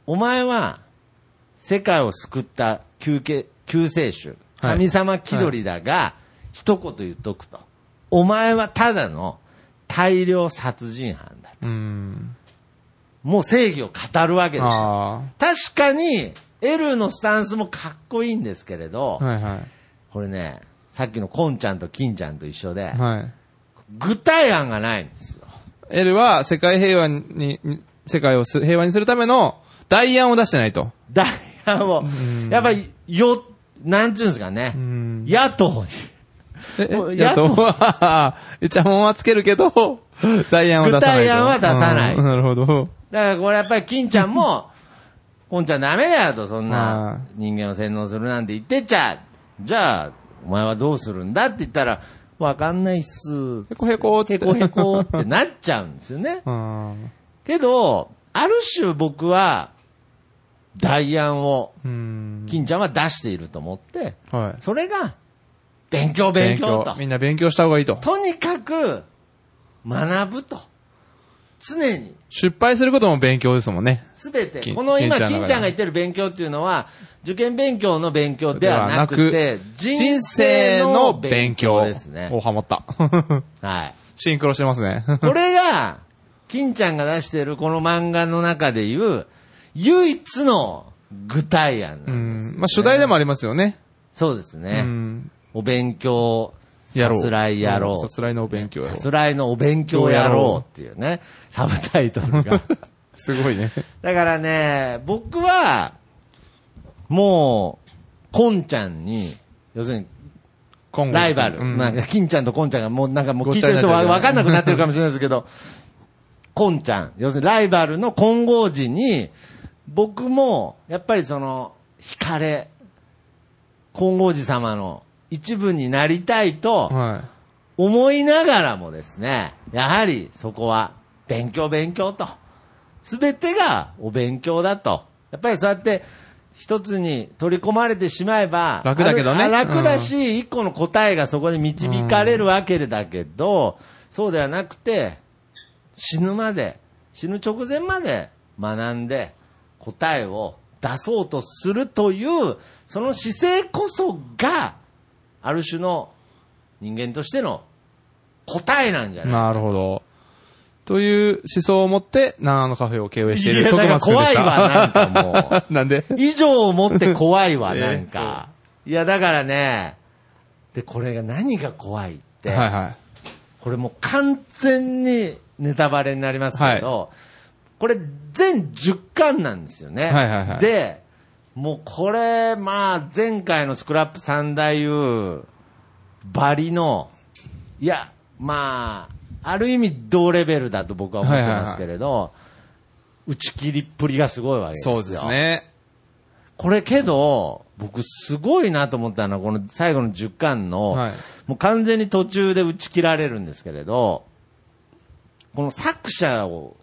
A: お前は、世界を救った救世救世主、
B: はい
A: 神様気取りだが、一言言っとくと。お前はただの大量殺人犯だ。
B: うん。
A: もう正義を語るわけですよ。
B: あ
A: 確かに、エルのスタンスもかっこいいんですけれど、
B: あ。はいは
A: これね、さっきのコンちゃんとキンちゃんと一緒で
B: い。、はい。
A: 具体案がないんですよ。
B: エルは世界平和に、に世界をす平和にするための代案を出してないと。
A: ダイヤを、やっぱり、よ、なんちゅうんですかね、
B: ん
A: 野党に。
B: え、え
A: もう
B: 野党は、 イチャモンはつけるけど、 代案は出さな
A: 具
B: いと。
A: 体案は出さない
B: うんなるほど。
A: だからこれやっぱり金ちゃんも、 こんちゃんダメだよと、そん
B: あー
A: な人間を洗脳するなんて言ってっちゃ。じゃあ、お前はどうするんだって言ったら、わかんないっす。
B: へこへこっつっ
A: へ
B: て
A: こへこってなっちゃうんですよね。
B: うん。
A: けど、ある種僕は、代案を、
B: うん。
A: 金ちゃんは出していると思って、
B: はい。
A: それが、勉強勉強と。
B: みんな勉強した方がいいと。
A: とにかく、学ぶと。常に。
B: 失敗することも勉強ですもんね。
A: すべて、
B: 金
A: この今、
B: 金ちゃん
A: 金
B: の中で
A: ちゃんが言ってる勉強っていうのは、受験勉強の勉強ではなく
B: では
A: て、人生の勉強ですね
B: お、。ハマった。
A: はい。
B: シンクロしてま すね。
A: これが、金ちゃんが出してるこの漫画の中でいう、唯一の具体案
B: う
A: なんです、
B: ん。まあ、主題でもありますよね。
A: そうです
B: う
A: ね。
B: ん。
A: お勉強、
B: やろう。
A: さすらいやろ
B: んさ
A: う。
B: すらいのお勉強や
A: さ
B: ろう。
A: すらいのお勉強やろうっていうね、サブタイトルが。
B: すごいね。
A: だからね、僕は、もう、こんちゃんに、要するに、
B: 今後
A: ライバル。
B: うん
A: なんか、金ちゃんとこんちゃんがもうなんかもう
B: ご
A: 聞
B: っ
A: い
B: ち
A: て
B: ゃに
A: る
B: なっち
A: 人
B: ゃ
A: わ
B: うじゃん
A: わかんなくなってるかもしれないですけど、こんちゃん、要するにライバルの混合時に、僕も、やっぱりその、惹かれ、金剛寺様の一部になりたいと
B: は
A: 思いながらもですね、やはりそこは勉強勉強と。すべてがお勉強だと。やっぱりそうやって、一つに取り込まれてしまえば、
B: 楽だけどね
A: あるあ楽だし、一個の答えがそこに導かれるわけだけど、そうではなくて、死ぬまで、死ぬ直前まで学んで、答えを出そうとするという、その姿勢こそが、ある種の人間としての答えなんじゃ
B: い。
A: ない
B: なるほど。という思想を持って、長野カフェを経営してい
A: い
B: る
A: や
B: 徳松君でした。
A: だから怖いわなんかも
B: なんで
A: 以上をもって怖いわ、
B: えー
A: なんか。いや、だからね、で、これが何が怖いって、
B: はいは
A: これもう完全にネタバレになりますけど、これ全10巻なんですよね。
B: はいはいはい
A: で、もうこれ、まあ前回のスクラップ三大優バリの、いや、まあ、ある意味同レベルだと僕は思ってますけれど、打ち切りっぷりがすごいわけで
B: い。
A: すよ。
B: そうですね。
A: これけど、僕すごいなと思ったのは、この最後の10巻の、
B: はい
A: もう完全に途中で打ち切られるんですけれど、この作者を、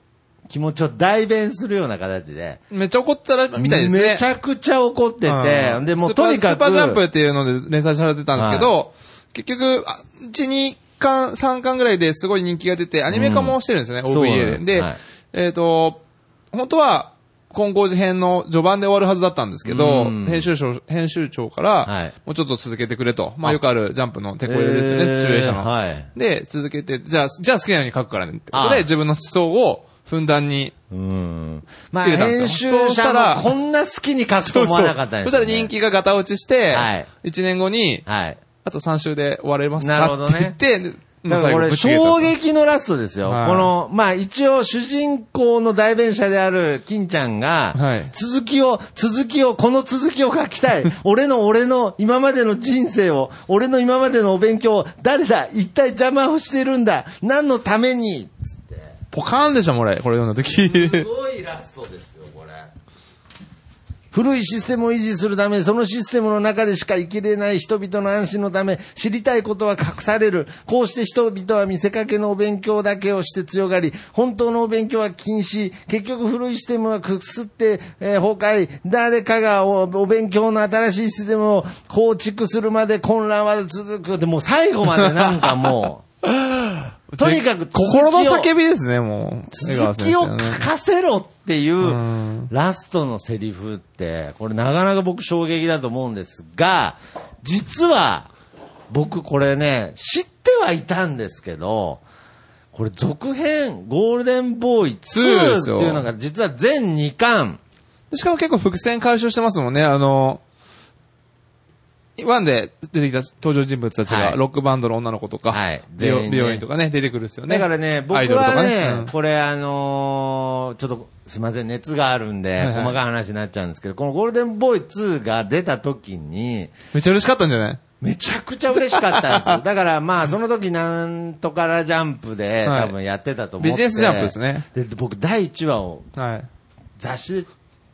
A: 気持ちを代弁するような形で、
B: めっちゃ怒ったら、みたいですね。
A: めちゃくちゃ怒って
B: う
A: て、
B: ん
A: で、もう
B: スーパ
A: と
B: ー
A: にかく、
B: スーパージャンプっていうので連載されてたんですけど、結局、あ1、2巻、3巻ぐらいですごい人気が出て、アニメ化もしてるんですよね、
A: うんそうなん
B: OVA
A: です
B: で。で、
A: はい
B: えっ、と、本当は、今後事編の序盤で終わるはずだったんですけど、
A: うん
B: 編集長、編集長か
A: はい
B: ら、もうちょっと続けてくれと。まあよくあるジャンプの手こ入れですよね、
A: えー
B: シチュエーションの。
A: はい
B: で、続けて、じゃあ、じゃあ好きなように書くからねってこと
A: ああ
B: で、自分の思想をふんだんに
A: うん。まあ、
B: 入れたんですよ
A: 編集
B: そうし
A: 者
B: たら
A: もこんな好きに書くと
B: そう
A: 思
B: そう。
A: わな
B: そ
A: かったんで
B: し
A: すよ
B: たら
A: ね
B: 人気がガタ落ちして、
A: はい
B: 1年後に、
A: はい。
B: あと3週で終われます
A: なるほど
B: かっ
A: ね
B: て言って、も
A: だ
B: う
A: から
B: 最
A: こ
B: 後
A: れ、
B: ぶち切れた
A: 衝撃のラストですよ。
B: はい
A: この、まあ一応主人公の代弁者である金ちゃんが、
B: はい
A: 続きを、続きを、この続きを書き たい。俺の、俺の今までの人生を、俺の今までのお勉強を、誰だ一体邪魔をしてるんだ何のためにつって。
B: ポカーンでしたもん、俺。これ読んだ時。
A: ごいラストですよ、これ。古いシステムを維持するため、そのシステムの中でしか生きれない人々の安心のため、知りたいことは隠される。こうして人々は見せかけのお勉強だけをして強がり、本当のお勉強は禁止。結局古いシステムはくすって、えー崩壊。誰かがおお勉強の新しいシステムを構築するまで混乱は続く。でもう最後までなんかも う、 とにかく続きを
B: 心の叫びですね、もう。
A: 続きを書かせろっていううんラストのセリフって、これなかなか僕衝撃だと思うんですが、実は僕これね、知ってはいたんですけど、これ続編、ゴールデンボーイ
B: 2で
A: 2
B: す
A: って
B: よ
A: いうのが実は全2巻。
B: しかも結構伏線回収してますもんね、あの、ワンで出てきた登場人物たちが、
A: はい
B: ロックバンドの女の子とか、
A: はい
B: 美容
A: 全員ね
B: 美容院とかね、出てくるんですよね。
A: だからね、僕
B: アイドルと
A: は
B: か
A: ね、
B: うん
A: これあのーちょっと、すいません、熱があるんで、
B: はいはい
A: 細かい話になっちゃうんですけど、このゴールデンボーイ2が出た時に、
B: めっちゃ嬉しかったんじゃない
A: めちゃくちゃ嬉しかったんです よ。だからまあ、その時なんとからジャンプで、
B: はい
A: 多分やってたと思って、
B: ビジネスジャンプですね。
A: で、僕、第1話を
B: はい。
A: 雑誌で、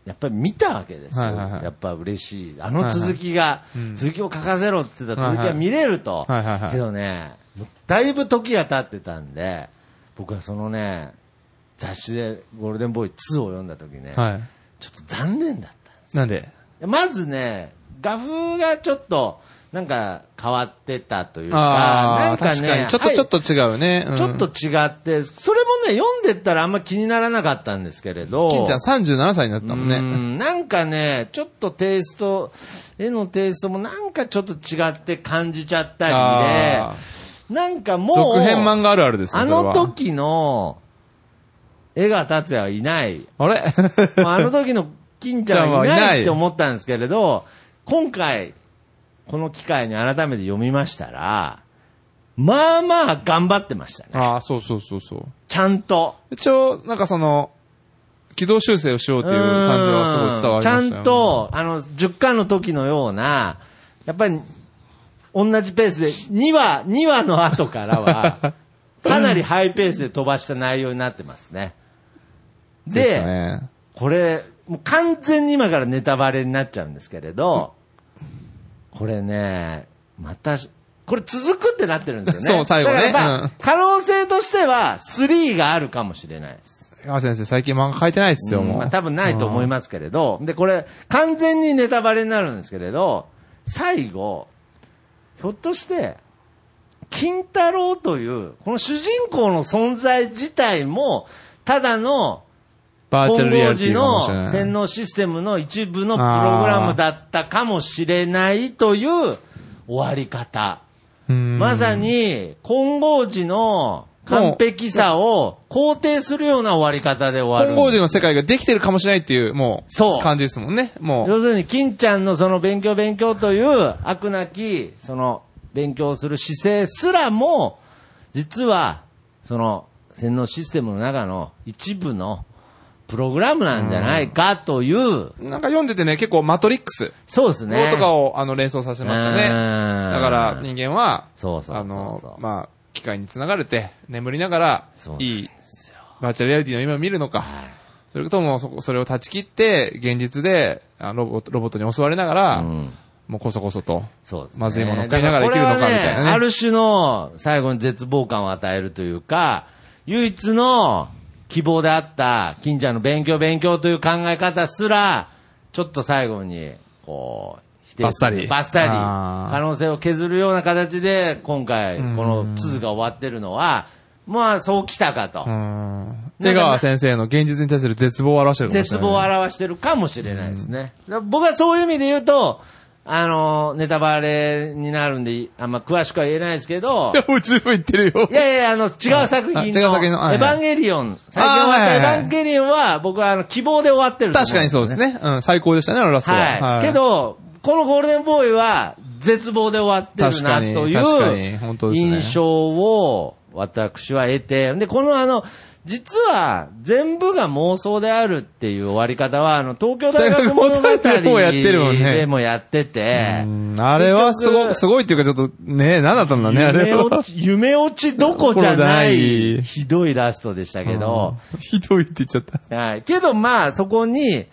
A: やっぱり見たわけですよ。
B: はいはいはい
A: やっぱ嬉しい。あの続きが、
B: いはいうん
A: 続きを書かせろって言ってた続きが見れると。
B: はいはいはい
A: けどね、もうだいぶ時が経ってたんで、僕はそのね、雑誌でゴールデンボーイ2を読んだ時ね、
B: は
A: ちょっと残念だったんです
B: い。なんで
A: よ。まずね、画風がちょっと、なんか変わってたというか、な
B: ああ
A: ん
B: ー、
A: かね、
B: 確かに。ちょっと、
A: はい
B: ちょっと違うね。うん
A: ちょっと違って、それもね、読んでったらあんま気にならなかったんですけれど、
B: 金ちゃん37歳になったもん
A: う
B: ね。
A: んなんかね、ちょっとテイスト、絵のテイストもなんかちょっと違って感じちゃった
B: あ
A: り
B: ー
A: で、なんかもう、
B: 続編漫画あるあるですね。
A: あ
B: それは
A: の。時の、江川達也はいない。
B: あれ
A: まああの時の金ちゃんはい
B: 金ちゃ
A: な
B: んはいない
A: いって思ったんですけれど、今回、この機会に改めて読みましたら、まあまあ頑張ってましたね。
B: ああ、そうそうそうそう。
A: ちゃんと。
B: 一応、なんかその、軌道修正をしようっていう感じはすごい伝わりましたよ、
A: うんちゃんと、あの、10巻の時のような、やっぱり、同じペースで、2話、2話の後からは、 かなりハイペースで飛ばした内容になってますね。で、
B: ですね。
A: これ、もう完全に今からネタバレになっちゃうんですけれど、これね、またし、これ続くってなってるんですよね。
B: そう最後
A: だ
B: ね
A: からまあ
B: うん
A: 可能性としては、3があるかもしれないです。
B: 江川先生、最近漫画書いてないっすよ、もう。
A: まあ、多分ないと思いますけれど、で、これ、完全にネタバレになるんですけれど、最後、ひょっとして、金太郎という、この主人公の存在自体も、ただの、
B: バーチャ
A: 本
B: ルリア
A: 能
B: リティ
A: 寺
B: かもしれ
A: の
B: ない
A: 洗脳システムの一部のプログラムだったかもしれないという終わり方。
B: うん
A: まさに、金剛寺の完璧さを肯定するような終わり方で終わる
B: 本
A: んです
B: 郷寺の世界ができてるかもしれないっていう、もう、
A: そう
B: 感じですもんね。もう、
A: 要するに、金ちゃんのその勉強勉強という悪なき、その勉強する姿勢すらも、実は、その洗脳システムの中の一部のプログラムなんじゃないかという、
B: なんか読んでてね、結構マトリックス、
A: そうですね。
B: とかを、あの、連想させましたね。
A: うん
B: だから、人間は、
A: そうそうそうそう
B: あの、まあ、機械に繋がれて、眠りながら
A: そうな、ん
B: いい、バーチャルリアリティの夢を見るのか、それとも、そこ、それを断ち切って、現実で、あロボット、ロボットに襲われながら、
A: うん
B: もうこそこそと。
A: そうですね。
B: まずいもの食いながら生きるのかみたいなね
A: だからこれはある種の最後に絶望感を与えるというか、唯一の希望であった、金ちゃんの勉強勉強という考え方すら、ちょっと最後に、こう、否定する
B: バッサリ
A: バッサリ。
B: あー
A: 可能性を削るような形で、今回、この2が終わってるのは、まあ、そう来たかと。
B: うん。江川先生の現実に対する絶望を表してるかもし
A: 絶
B: れない
A: 望を表してるかもしれないですね。だから僕はそういう意味で言うと、あの、ネタバレになるんで、あんま詳しくは言えないですけ ど
B: い、や、もう十分言ってるよ。
A: いやいや、あの、違う作品の、
B: あ
A: エ
B: 違
A: ヴ
B: う作品のはいはい
A: ァンゲリオン、最近終わった
B: あーは
A: エ
B: いはいはい
A: ヴァンゲリオンは、僕はあの、希望で終わってると思
B: 確かにそうですね。うん、最高でしたね、あのラストは。
A: はい。けど、このゴールデンボーイは、絶望で終わってるな、とい
B: 確かに本当
A: う、
B: ですね
A: 印象を、私は得て、で、このあの、実は、全部が妄想であるっていう終わり方は、あの、東京大学物語
B: でもやってるもんね
A: でもやってて、
B: うんあれはすご、すごいっていうかちょっと、ね何だったんだね、あれ
A: 夢
B: は
A: 落。ち、夢落ちどこじゃな、
B: どこじゃないい
A: ひどいラストでしたけど、
B: ひどいって言っちゃった。
A: はい。けど、まあ、そこに、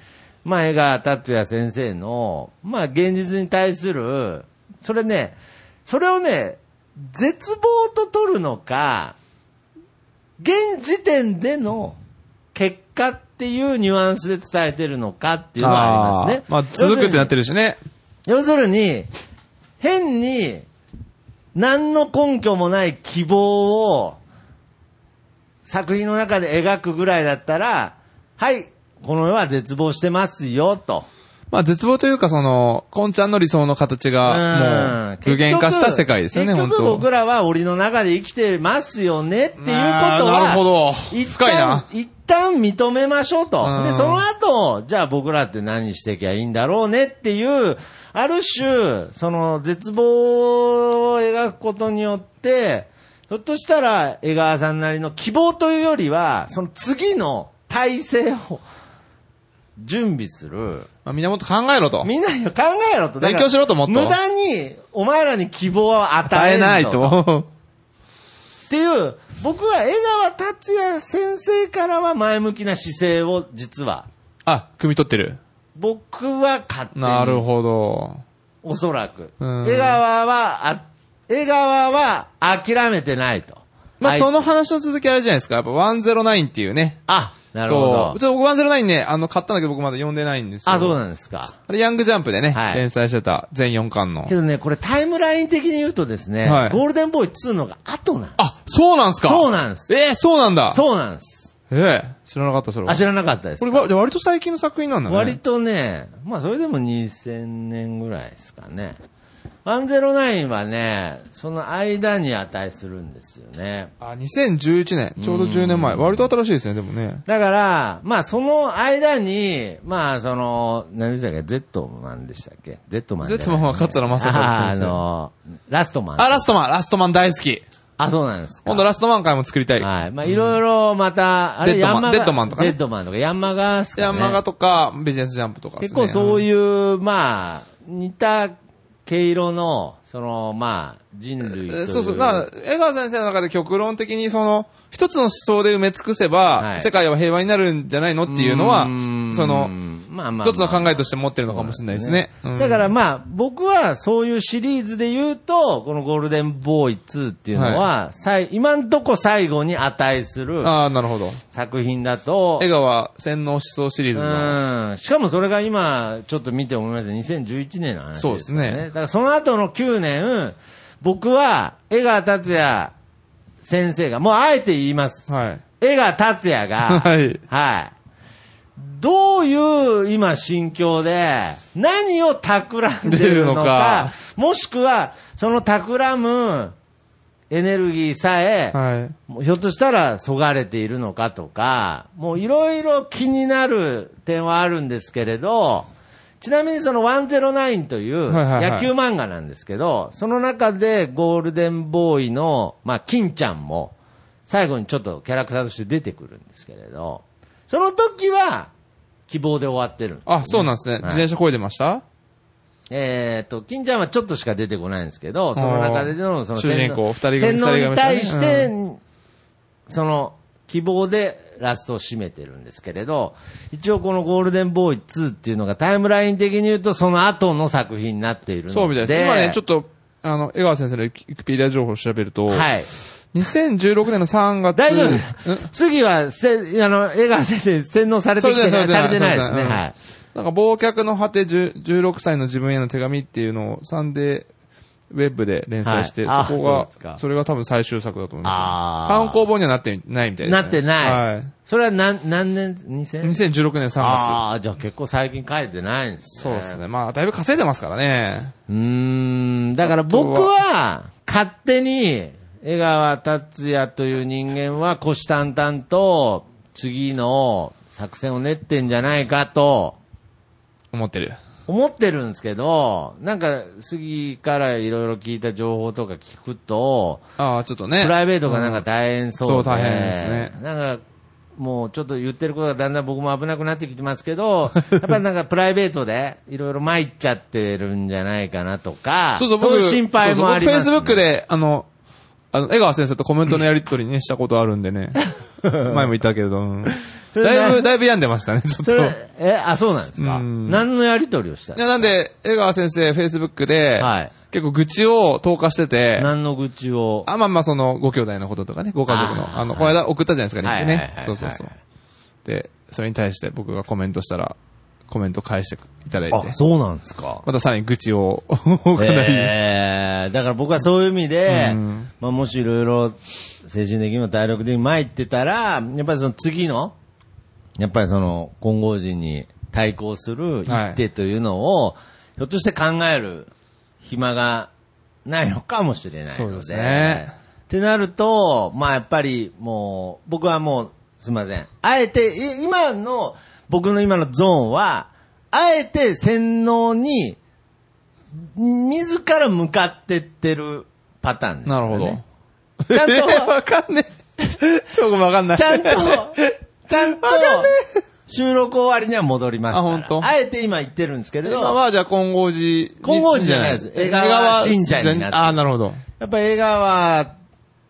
A: まあ、江川達也先生の、まあ、現実に対する、それね、それをね、絶望と取るのか、現時点での結果っていうニュアンスで伝えてるのかっていうのはありますね。
B: あーまあ、続くってなってるしね。
A: 要するに、変に、何の根拠もない希望を、作品の中で描くぐらいだったら、はい、この世は絶望してますよ、と。
B: まあ絶望というかその、こんちゃんの理想の形
A: うん
B: が、もう、具現化した世界ですよね、
A: 結
B: 本
A: 局結
B: 当
A: 局僕らは檻の中で生きてますよねっていうことは、
B: あーなるほど
A: 一旦
B: 深いな
A: 一旦認めましょうと。
B: うん
A: で、その後、じゃあ僕らって何してきゃいいんだろうねっていう、ある種、その絶望を描くことによって、ひょっとしたら江川さんなりの希望というよりは、その次の体制を準備する。
B: まあみんなもっと考えろと。
A: みんなよ考えろと。だから
B: 勉強しろともっと
A: 無駄に、お前らに希望は与
B: 耐
A: え
B: え
A: な
B: ないい
A: と。
B: と。
A: っ ていう、僕は江川達也先生からは前向きな姿勢を実は、
B: あ、汲み取ってる。
A: 僕は勝手に。
B: なるほど。
A: おそらく。
B: うん
A: 江川は、あ江川は諦めてないと。
B: まあ、
A: はい
B: その話の続きあれじゃないですか。やっぱ109っていうね。
A: あ、なるほ
B: そ
A: ど
B: う。ち。ょっと僕109ね、あの、買ったんだけど僕まだ読んでないんですよ。
A: あ、そう
B: だ。
A: なんですか。
B: あれ、ヤングジャンプでね、
A: はい
B: 連載してた、全4巻の
A: け。どね、これタイムライン的に言うとですね、
B: はい
A: ゴールデンボーイ2のが後なんです。
B: あ、そうなんすか
A: そうなんです。
B: えー、そうなんだ。
A: そうなんです。
B: ええ、知らなかった、それは
A: あ、。知らなかったです
B: こ
A: か。
B: れ、わじゃあ割と最近の作品なんだね。
A: 割とね、まあそれでも2000年ぐらいですかね。109はね、その間に値するんですよね。
B: あ、2011年。ちょうど10年前。割と新しいですね、でもね。
A: だから、まあその間に、まあその、何でしたっけ、ゼットマンでしたっけゼットマンじゃない。
B: ゼットマンは桂正和
A: あ
B: 先
A: あ
B: 生
A: の、ラストマン。
B: あ、ラストマンラストマン大好き。
A: あ、そうなんですか。
B: 今度ラストマン回も作りたい。
A: はい。まあいろいろまた、あれ、
B: デッドマン
A: ヤマガ
B: デッドマンとかね
A: デッドマンとか、ヤンマガっすかね
B: ヤンマガとか、ビジネスジャンプとかです
A: 結構
B: ね。
A: そう
B: い
A: いう、まあ、似た毛色の、その、まあ、人類という。
B: そうそう。だから、江川先生の中で極論的に、その、一つの思想で埋め尽くせば、
A: はい
B: 世界は平和になるんじゃないのっていうのは、
A: ん
B: その、
A: まあまあまあ
B: 一つの考えとして持ってるのかもしれないですね。うん
A: だからまあ、僕はそういうシリーズで言うと、このゴールデンボーイ2っていうのは、さい、今んとこ最後に値する
B: ああ、なるほど。
A: 作品だと、
B: 江川洗脳思想シリーズの。
A: うん。しかもそれが今、ちょっと見て思いますね。2011年の話です、
B: そ
A: ね。
B: うですね
A: だからその後の9年、僕は、江川達也先生が、もうあえて言います。
B: はい。
A: 江川達也が、
B: はい。
A: はい。どういう今心境で、何を企んでるのか、
B: 出るのか
A: もしくは、その企むエネルギーさえ、
B: はい。
A: もうひょっとしたらそがれているのかとか、もういろいろ気になる点はあるんですけれど、ちなみにその109という
B: はいはいはい
A: 野球漫画なんですけど、その中でゴールデンボーイの、まあ、金ちゃんも、最後にちょっとキャラクターとして出てくるんですけれど、その時は、希望で終わってるんですよね、
B: あ、そうなんですね。
A: はい
B: 自転車こいでました
A: えっ、と、金ちゃんはちょっとしか出てこないんですけど、その中での、その
B: 主人
A: 洗脳
B: 公二人組
A: 洗脳
B: 二人組
A: に対して、
B: です
A: その、希望でラストを締めてるんですけれど、一応このゴールデンボーイ2っていうのがタイムライン的に言うとその後の作品になっているので。
B: そうみたいです。今ね、ちょっと、あの、江川先生のウィキペディア情報を調べると、
A: はい。
B: 2016年の3月。
A: 大丈夫
B: ん
A: です。次は、せ、あの、江川先生洗脳されて
B: そ
A: き
B: れ
A: て
B: で、そ
A: な
B: れ
A: い、され
B: で。
A: てないです
B: それ
A: ね。
B: うん
A: はい。
B: なんか、忘却の果て10 16歳の自分への手紙っていうのをサンデーウェブで連載して、
A: はいあ
B: そこ
A: そうですか
B: が、それが多分最終作だと思いま
A: あー
B: す。単行本にはなってないみたいですね。
A: なってない。
B: はい。
A: それは何、何年、2000?
B: 2016年3月。
A: ああ、じゃあ結構最近書いてないんです
B: そう
A: ね。
B: ですね。まあ、だいぶ稼いでますからね。
A: うーん、だから僕は、勝手に、江川達也という人間は、虎視眈々と、次の作戦を練ってんじゃないかと、
B: 思ってる。
A: 思ってるんですけど、なんか、杉からいろいろ聞いた情報とか聞くと、
B: ああ、ちょっと ね。
A: プライベートがなんか大変そうで、
B: うんそう大変ですね
A: なんか、もうちょっと言ってることがだんだん僕も危なくなってきてますけど、 やっぱりなんかプライベートでいろいろ参っちゃってるんじゃないかなとか、
B: そうそう、
A: い
B: 僕、
A: う心配もあります、
B: そうそう僕、Facebook で、あの、あの、江川先生とコメントのやりとりね、したことあるん でね。前も言ったけど、うん
A: それ
B: だい
A: な
B: ぶ、だいぶ病んでましたね、ちょっ
A: そ
B: と。
A: れ、え、あ、そうなんですか
B: うん
A: 何のやりとりをした
B: いや、なんで、江川先生、Facebook で、
A: はい
B: 結構愚痴を投下してて、
A: 何の愚痴を。
B: あ、まあまあ、その、ご兄弟のこととかね、ご家族の、
A: あー
B: あの、この間送ったじゃないですか、
A: は
B: 日
A: い
B: 記
A: はいはい
B: ね
A: は。い
B: そうそうそう。で、それに対して僕がコメントしたら、コメント返していただいて、
A: そうなんですか。
B: またさらに愚痴を、 かなり
A: えーだから僕はそういう意味で
B: うん、
A: まあ、もしいろいろ精神的にも体力的にも参ってたら、やっぱりその次の、やっぱりその、今後時に対抗する一手というのを、ひょっとして考える暇がないのかもしれないので。
B: そうですね。
A: ってなると、まあやっぱりもう、僕はもう、すいません。あえて、い今の、僕の今のゾーンは、あえて洗脳に、自ら向かってってるパターンです
B: な
A: よ
B: る
A: ね。
B: ほど。
A: ちゃんと
B: わかんねえ。ちょ、ごめんわかんない。
A: ちゃんと、 ちゃんと、収録終わりには戻りますから。
B: あ本当
A: あえて今言ってるんですけれど、
B: 今は、じゃあ、金剛寺。
A: 金剛寺じゃないです江川信者になってる
B: 江川ああ、なるほど。
A: やっぱ江川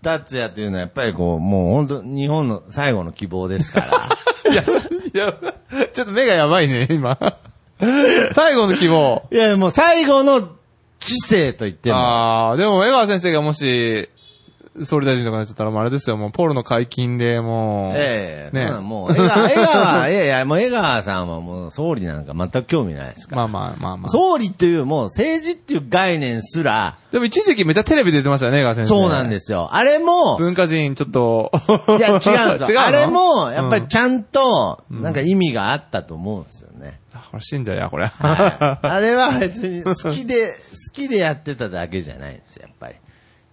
A: 達也というのはやっぱりこう、もう本当日本の最後の希望です から。
B: いや、いや、ちょっと目がやばいね、今。最後の希望。
A: いや、もう最後の知性と言っても、
B: ああ、でも江川先生がもし、総理大臣とかになっちゃったらもうあれですよ、もうポールの解禁でもう。
A: ええ
B: ね
A: そうなんもう江川、 江川、いやいや、もう江川さんはもう総理なんか全く興味ないですから。
B: まあまあまあまあ。
A: 総理っていうもう政治っていう概念すら、
B: でも一時期めっちゃテレビ出てましたよね、江川先生。
A: そうなんですよ。あれも、
B: 文化人ちょっと。
A: いや、違うんです
B: 違う
A: よ。
B: の
A: あれも、やっぱりちゃんと、なんか意味があったと思うんですよ ね。
B: あこれ信者や、これ。
A: はいあれは別に好きで、好きでやってただけじゃないんですよ、やっぱり。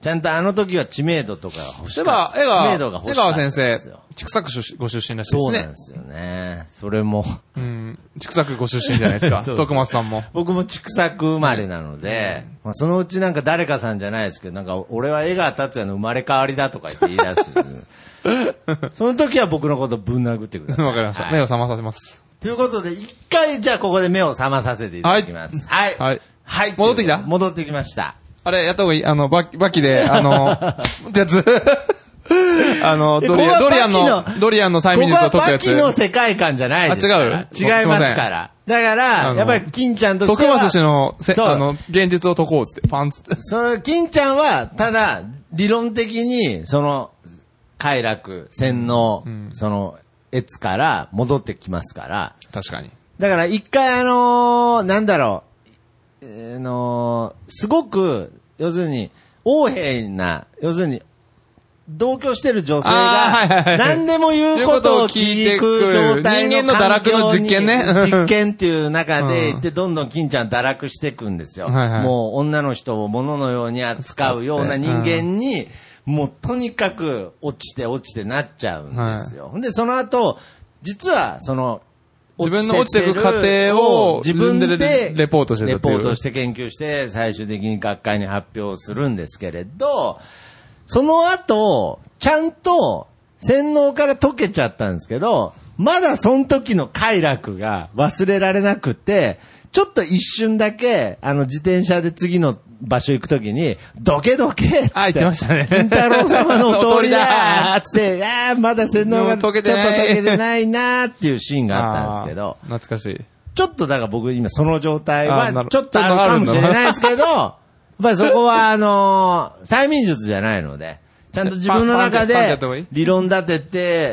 A: ちゃんとあの時は知名度とかが 欲し
B: 例え
A: か
B: ば
A: っ、
B: 江
A: た。知名度が
B: 川、
A: 欲
B: 江
A: しか
B: 川
A: ったん
B: 先
A: で
B: 生
A: すよ。、
B: 畜作出ご出身らしいで
A: そうな
B: す
A: ん
B: ね
A: で。すよね。それも、
B: うん。畜作ご出身じゃないです か。
A: そう
B: 徳松さんも。
A: 僕も畜作生まれなので、まあ、そのうちなんか誰かさんじゃないですけど、なんか俺は江川達也の生まれ変わりだとか言って言い出 す。その時は僕のことぶん殴ってください。
B: わかりまし
A: は
B: た。
A: い
B: 目を覚まさせます。
A: ということで、一回、じゃあここで目を覚まさせていただきます。はい。
B: はい
A: はい。
B: 戻ってきた
A: 戻ってきました。
B: あれ、やった方がいいあの、バキ、バキで、あの、ってやつ。 あの、ドリ
A: ここ
B: ア
A: は
B: ン、ドリアン
A: バ
B: の
A: キ、の
B: ドリアンの催眠術を
A: ここ
B: 解く
A: は
B: や
A: バキの
B: つ。
A: 世界観じゃないですから。
B: あ違う
A: 違いますから。だから、
B: あの
A: やっぱり金ちゃんとして
B: 徳
A: は。
B: 松氏の、せ
A: そう
B: あの、現実を解こうっつって、パンつって。
A: その、金ちゃんは、ただ、理論的に、その、快楽、洗脳、その、越から戻ってきますから。
B: 確かに。
A: だから一回あのーなんだろう、えーあのーすごく、要するに、横柄な、要するに、同居してる女性
B: あーはいはいは
A: が、
B: い
A: 何でも言うことを聞いてく状態
B: 人間の堕落の実験ね
A: 環境に実験っていう中で
B: うん
A: 行って、どんどん金ちゃん堕落していくんですよ。
B: はいはい
A: もう女の人を物のように扱うような人間に、もうとにかく落ちて落ちてなっちゃうんですよ。ほんで、その後、実は、その、
B: 自分の落ちていく過程を
A: 自分
B: 自
A: で
B: 分でレポートしてた
A: レ
B: って
A: ポ
B: いう
A: ートして研究して、最終的に学会に発表するんですけれど、その後、ちゃんと洗脳から解けちゃったんですけど、まだその時の快楽が忘れられなくて、ちょっと一瞬だけ、あの、自転車で次の場所行くときに、どけどけって。
B: あ言ってましたね
A: 金太郎様のお通りだー
B: お
A: っつって、ああ、まだ洗脳
B: も
A: が
B: う
A: ちょっと
B: 解けてない
A: 解けてないなーっていうシーンがあったんですけど
B: あ、ー懐かしい。
A: ちょっとだから僕今その状態
B: あーな
A: は
B: る
A: ちょっとあるかもしれないですけど、まあそこはあのー催眠術じゃないので、ちゃんと自分の中
B: パンパンパンってやった方がい
A: で
B: い
A: 理論立て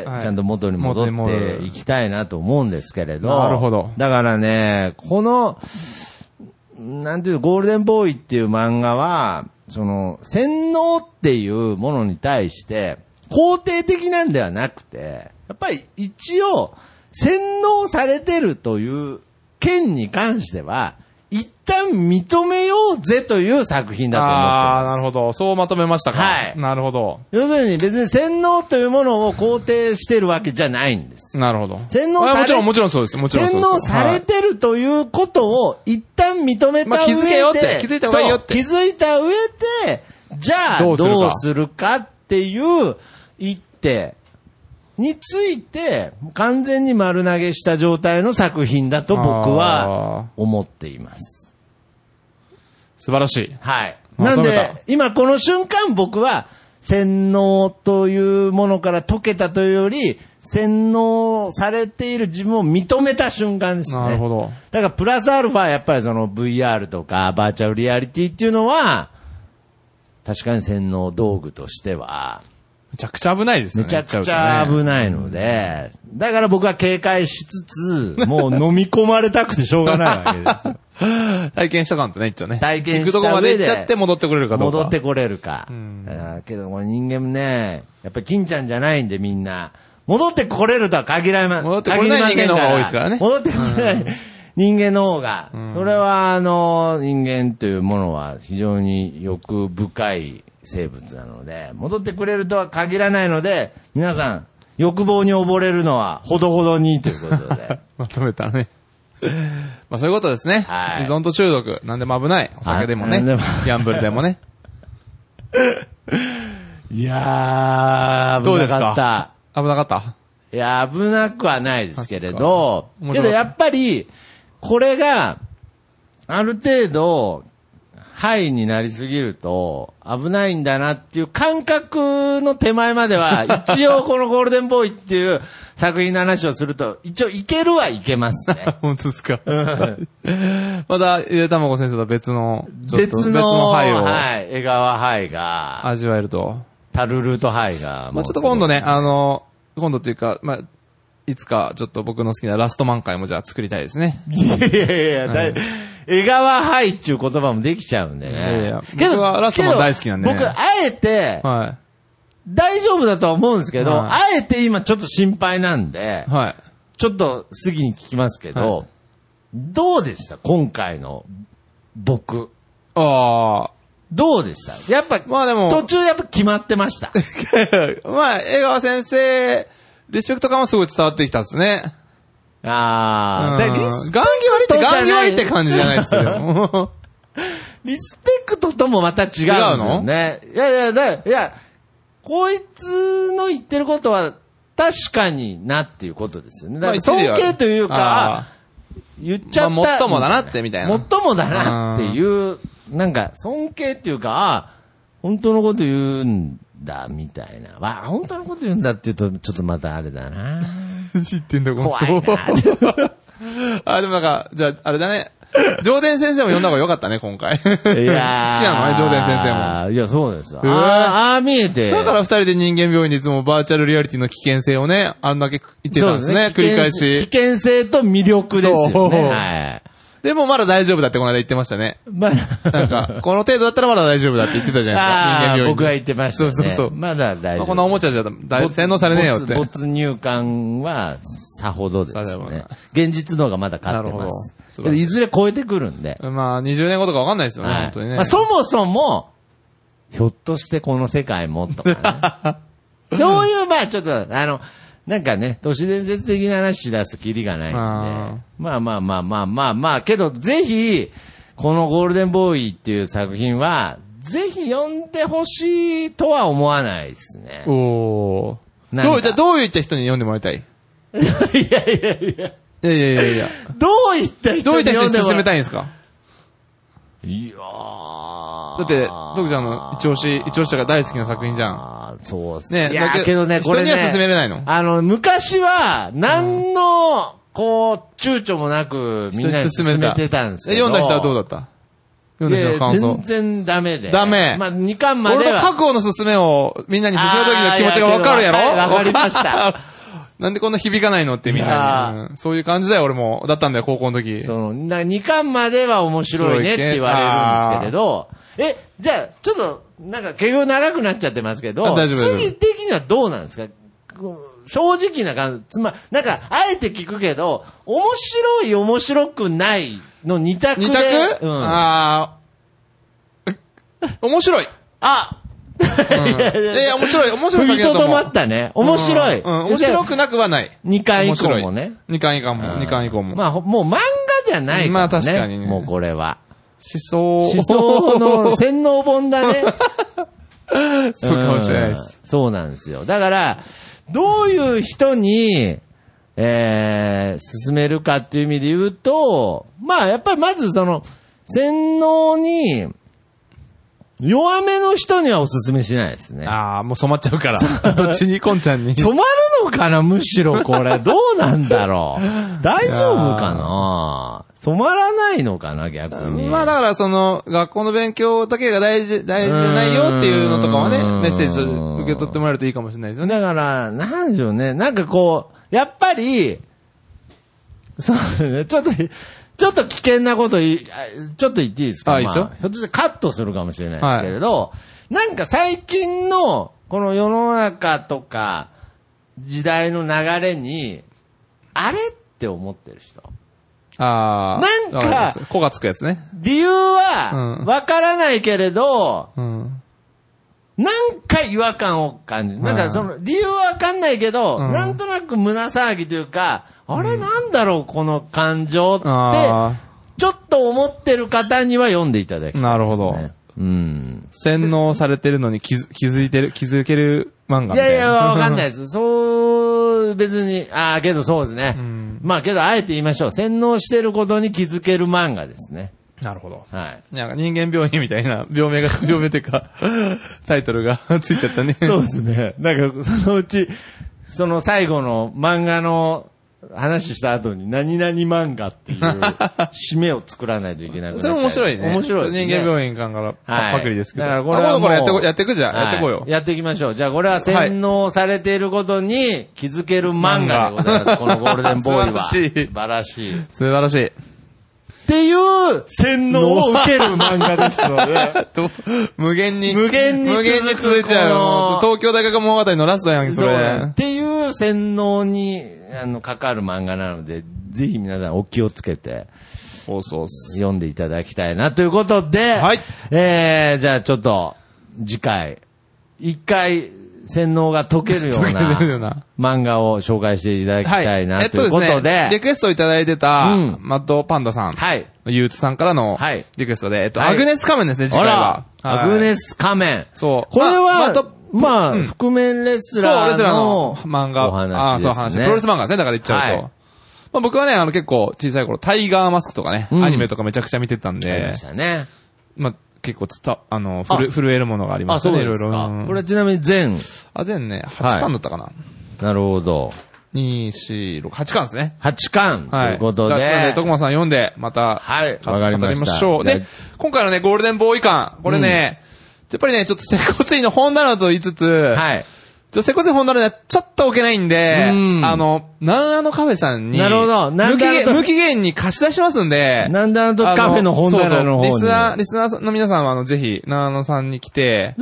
A: て、
B: はい
A: ちゃんと元に戻っていきたいなと思うんですけれど。
B: なるほど
A: だからね、この、なんていうのゴールデンボーイっていう漫画は、その、洗脳っていうものに対して、肯定的なんではなくて、やっぱり一応、洗脳されてるという件に関しては、一旦認めようぜという作品だと思って
B: ああー、
A: ます
B: なるほど。そうまとめましたか。
A: はい
B: なるほど。
A: 要するに別に洗脳というものを肯定してるわけじゃないんです。
B: なるほど。
A: 洗脳さ
B: あ
A: れ
B: もちろん、もちろんそうです。もちろんそ
A: 洗
B: うです。
A: 脳され
B: はい
A: てるということを一旦認めた上で、
B: まあ気づけよって気づいた方がいいよって
A: そう気づいた上で、じゃあ
B: どうするか
A: どうするかっていう一手について、完全に丸投げした状態の作品だと僕は思っています。
B: 素晴らしい。
A: はい。
B: ま
A: なん
B: とめ
A: で
B: た、
A: 今この瞬間僕は、洗脳というものから解けたというより、洗脳されている自分を認めた瞬間ですね。
B: なるほど。
A: だからプラスアルファやっぱりその VR とかバーチャルリアリティっていうのは、確かに洗脳道具としては、
B: めちゃくちゃ危ないですよ
A: め
B: ね。
A: ちゃくちゃ危ないので、だから僕は警戒しつつ、もう飲み込まれたくてしょうがないわけです。
B: 体験したかんとね、一応ね。
A: 体験
B: 行くとこ
A: した
B: まで
A: 上
B: 行っ
A: で
B: ちゃって戻ってくれるかどうか。
A: 戻ってこれるか
B: ん。
A: だから、けどこれ人間ね、やっぱり金ちゃんじゃないんでみんな、戻ってこれるとは限らま、
B: 戻ってこれない
A: 限りません
B: 人間の方が多いですからね
A: 戻ってこれない人間の方が、それはあの、人間というものは非常に欲深い生物なので、戻ってくれるとは限らないので、皆さん、欲望に溺れるのはほどほどにということ で。
B: まとめたね。まあそういうことですね。
A: はい
B: 依存と中毒。なんでも危ない。お酒でもね。
A: あ
B: ギ
A: なんでも
B: ャンブルで もね。
A: いやー、
B: どうです
A: 危なかった
B: か。危なかった
A: い や、危なくはないですけれど
B: あそっ、か
A: けどやっぱり、これが、ある程度、ハイになりすぎると、危ないんだなっていう感覚の手前までは、一応このゴールデンボーイっていう作品の話をすると、一応いけるはいけますね。
B: 本当で すか。また、ゆでたまご先生とは別の、 ちょっと
A: 別の、
B: 灰を
A: はい、江川ハイが、
B: 味わえると。
A: タルルートハイが、
B: まあちょっと今度ね、あの、今度っていうか、まあいつかちょっと僕の好きなラストマン会もじゃあ作りたいですね。
A: いやいやいや、だい、江川杯っていう言葉もできちゃうんでね。
B: いやいや僕はラストマン大好きなんでね
A: けど僕、あえて、
B: は
A: 大丈夫だとは思うんですけど、
B: は
A: あ
B: い
A: えて今ちょっと心配なんで
B: い。、はい。
A: ちょっと杉に聞きますけど、
B: は
A: どうでした今回の僕。
B: ああ。
A: どうでしたやっぱ、
B: まあでも、
A: 途中やっぱ決まってま した。
B: まあ、江川先生、リスペクト感はすごい伝わってきたですね。
A: あー、
B: うん
A: でリ
B: ガン
A: ス
B: ギ割りっ
A: じ
B: て、
A: ゃな
B: ガ
A: い
B: ンギ割りって感じじゃないで すよ。
A: リスペクトともまた違うんですよね。いやいや、だいや、こいつの言ってることは確かになっていうことですよね。だから尊敬というか、
B: あ
A: 言っちゃった。
B: まあもっともだなってみたいな
A: もっともだなっていう、なんか尊敬っていうか、あ本当のこと言うんだ、みたいな。わ、本当のこと言うんだって言うと、ちょっとまたあれだな。
B: ー知ってんだ、この
A: 怖
B: 人。
A: いな。
B: あ、でもなんか、じゃあ、あれだね。上田先生も呼んだ方が良かったね、今 回。いや 好き
A: いや
B: なのね、上田先生も。
A: も。いや、そうですよ。
B: うわ
A: あーあー見えて。
B: だから二人で人間病院でいつもバーチャルリアリティの危険性をね、あんだけ言ってたんですね、
A: そう
B: 繰り返
A: ですね
B: し。
A: 危険性と魅力ですよ
B: そう
A: ね。はい。
B: でもまだ大丈夫だってこの間言ってましたね。
A: まあ、
B: なんか、この程度だったらまだ大丈夫だって言ってたじゃ
A: あ
B: ないですか、人間病
A: あ
B: 院で。
A: 僕が言ってましたね。
B: そうそうそう
A: まだ大
B: ま
A: 丈
B: あ
A: 夫。
B: こんなおもちゃじゃ大洗脳されねえよって。
A: 没没入感はさほどで
B: さ
A: す
B: ほど
A: ね
B: な。
A: 現実の方がまだ勝ってます
B: なるほど素晴。らしい
A: いずれ超えてくるんで。
B: まあ、20年後とかわかんないですよね、
A: はい
B: 本当にね。
A: まあそもそも、ひょっとしてこの世界もとかね。 そういう、まあちょっと、あの、なんかね、都市伝説的な話し出すきりがないんで。
B: あ
A: まあまあまあまあまあまあ、けどぜひ、このゴールデンボーイっていう作品は、ぜひ読んでほしいとは思わないですね。
B: おー。
A: なんか
B: どう、じゃあどういった人に読んでもらいたいい
A: いやいやいや。
B: やいやいやいや。
A: どういった 人
B: どういった人に
A: 読んでも
B: 勧
A: ら
B: めたいんですか
A: いや
B: だ
A: だ
B: って、徳ちゃんの一押し、一押しとか大好きな作品じゃん。
A: あーそうです
B: ね
A: ね。いや
B: だけ
A: ーけどね、これね。
B: 人には勧めれないの
A: あの、昔は、何の、こう、躊躇もなく、みんなに
B: 人
A: 勧めてたんです
B: え
A: けど。
B: 読んだ人はどうだった読んだ人の感
A: いや
B: 想
A: 全。然ダメで。
B: ダメ
A: まあ、2巻までは。
B: 俺の覚悟の勧めをみんなに勧める時の気持ちがわかるやろ
A: あーいやけどわかるわかりました。
B: なんでこんな響かないのってみんなに
A: いや
B: うん。そういう感じだよ、俺も。だったんだよ、高校の時。
A: その、な、2巻までは面白いねって言われるんですけれど、え、じゃあ、ちょっと、なんか結局長くなっちゃってますけ
B: あ
A: ど、
B: 大丈夫大丈夫
A: 杉的にはどうなんですかこう正直な感じ、つま、なんか、あえて聞くけど、面白い、面白くないの二択で。
B: 二択
A: うん。あ、
B: あー。面白い。うん
A: い やいや
B: えー面白い、面白
A: 踏
B: い作
A: み
B: 品だ
A: と
B: と
A: ど
B: 思
A: ま
B: う。
A: ったね。面白い。
B: うんうん面白
A: く。
B: くなくはない。
A: 2巻以
B: 面白
A: 降
B: い
A: もね。。
B: 2巻以降も、
A: うん
B: 2巻以降も。
A: まあ、ほもう漫画じゃないからね。
B: まあ確かにね
A: もうこれは。
B: 思想。
A: 思想の洗脳本だ ね。
B: そうかもしれないです。
A: うん。そうなんですよ。だから、どういう人に、えー、進めるかっていう意味で言うと、まあ、やっぱりまずその、洗脳に、弱めの人にはお勧めしないですね。
B: ああ、もう染まっちゃうから。 どっちにこんちゃんに。
A: 染まるのかなむしろこれ。どうなんだろ う。大丈夫かな染まらないのかな逆に。
B: まあだからその、学校の勉強だけが大事、大事じゃないよっていうのとかはね
A: うー、ん
B: メッセージを受け取ってもらえるといいかもしれないですよね。
A: だから、なんでしょうね。なんかこう、やっぱり、そうね、ちょっと、ちょっと危険なことい、あちょっと言っていいですか
B: あいいですよ
A: まひょっとしてカットするかもしれないですけれど、なんか最近の、この世の中とか、時代の流れに、あれって思ってる人。
B: あ
A: な
B: ー。
A: んか
B: わります子がつくやつね。
A: 理由は
B: う、ん
A: わからないけれど、
B: うん。
A: なんか違和感を感じる。なんかその理由はわかんないけど、
B: うん
A: なんとなく胸騒ぎというか、あれなんだろうこの感情って、
B: あ
A: ちょっと思ってる方には読んでいただきたいです、ね。
B: なるほど。
A: うん。
B: 洗脳されてるのに気づ気づいてる、気づける漫画
A: い
B: みたい
A: や
B: な。
A: いや、わかんない
B: い。
A: です。そう、別に、ああ、けどそうですね。
B: うん
A: まあけど、あえて言いましょう。洗脳してることに気づける漫画ですね。
B: なるほど。
A: はい。
B: なんか人間病院みたいな病名が、 病名というか、タイトルがついちゃった ね。
A: そうですね。なんか、そのうち、その最後の漫画の話した後に、何々漫画って いう締めを作らないといけない
B: それも面白いね。
A: 面白いですね。
B: 人間病院感から
A: はい。
B: パクリですけど。
A: だからこれは
B: あ
A: も
B: 今
A: う。
B: 度これやってこ、やってくじゃん。
A: はい
B: やってこうよ。
A: やっていきましょう。じゃあこれは洗脳されていることに気づける漫画でございます。このゴールデンボーイは。
B: 素晴らしい
A: 素晴らしい。っ
B: 素晴らし い。
A: ていう洗脳を受ける漫画ですので。
B: と無限に。
A: 無限に続く
B: 無限に続いちゃうよ。
A: この
B: 東京大学物語のラストやんけ、そ
A: そうなん
B: れ
A: っ。ていう洗脳に、あの、かかる漫画なので、ぜひ皆さんお気をつけて
B: そうそうっす。
A: 読んでいただきたいなということで、
B: はい
A: えー、じゃあちょっと、次回、一回、洗脳が解けるよう
B: 解けるよう
A: な
B: な
A: 漫画を紹介していただきたいなということで、
B: リクエストいただいてた、
A: うん
B: マッドパンダさん、
A: はい。
B: ゆうつさんからの
A: はい
B: リクエストで、えっと、
A: はい
B: アグネス仮面ですね、次
A: あ
B: 回
A: ら
B: は。、
A: アグ
B: ス。
A: ネス仮面。
B: そう。
A: これ
B: ま
A: は
B: マッド、
A: まあ、覆面レスラ
B: そう、レス
A: ー
B: ラー
A: の
B: の漫画。
A: お話です、ね。
B: ああ、そう話。プロレス漫画ですね、だから言っちゃうと。
A: はい
B: まあ僕はね、あの結構小さい頃、タイガーマスクとかね、
A: うん
B: アニメとかめちゃくちゃ見てたん
A: あり
B: で
A: まし、たね。
B: まあ結構つた、あの、ふる、震えるものがありま
A: あ、
B: し
A: そ
B: た
A: う
B: ね、い
A: で
B: ろい
A: す
B: ろ。う
A: か。
B: ん
A: これはちなみに全、
B: あ、全ね、8巻だったかな。
A: なるほど。
B: 2、4、6、8巻ですね。
A: 八巻と
B: はいい。
A: うこと
B: じゃあなので、
A: で。
B: 徳間さん読んで、また、
A: はい
B: 語
A: わかりました
B: 語りましょう。で
A: じゃ、
B: 今回のね、ゴールデンボーイ感、これね、やっぱりね、ちょっと接骨院の本棚と言いつつ、
A: はい。
B: ちょ、せこせ本ならね、ちょっと置けないんで、
A: うん
B: あの、なんあのカフェさんに、
A: なるほどなんあの
B: 無期限、無期限に貸し出しますんで、
A: なんだなんとカフェの本棚の方に
B: そうそうリスナー、リスナーの皆さんは、あの、ぜひ、なんあのさんに来て、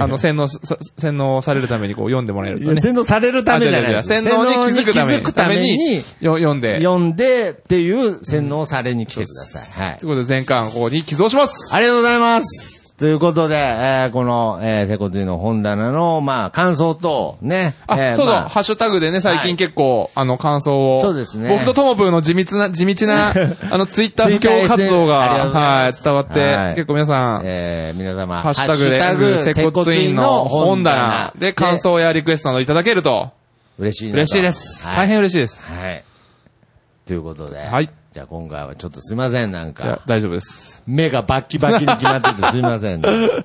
B: あの、洗脳 さ、洗脳されるためにこう、読んでもらえると
A: いや
B: ね。
A: 洗脳されるためじゃない
B: あ違う違う違う洗脳に気づくた
A: 洗脳に気
B: め
A: づ
B: に、
A: くために、
B: よ読んで、
A: 読んでっていう洗脳をされに来てください。はい
B: という。ことで、全巻ここに寄贈します
A: ありがとうございます。ということで、えーこの、えー、セコトゥの本棚の、まあ、感想と、ね。
B: あ、
A: えー
B: そうそう、
A: まあ
B: ハッシュタグでね、最
A: はい
B: 近結構、あの、感想を。
A: そうですね
B: 僕とトモブーの地 道な、地道な、あの、ツイッター布教活動が、
A: ツイッター
B: は
A: SNS
B: い、伝わって、
A: はい
B: 結構皆さん、
A: えー皆様、
B: ハッシュタグで、
A: ハッシュタグ
B: 接骨院の本棚で感。
A: 接骨院の本
B: 想やリクエストなどいただけると、
A: 嬉しいなと
B: 嬉しいです。
A: はい
B: 大変嬉しいです。
A: はい。ということで。
B: はい
A: じゃあ今回はちょっとすいません、なん
B: いや
A: か。
B: 大丈夫です。
A: 目がバッキバキに決まってて すいません、という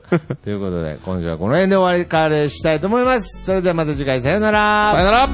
A: ことで、今週はこの辺で終わりかれしたいと思います。それではまた次回、さようなら
B: さよなら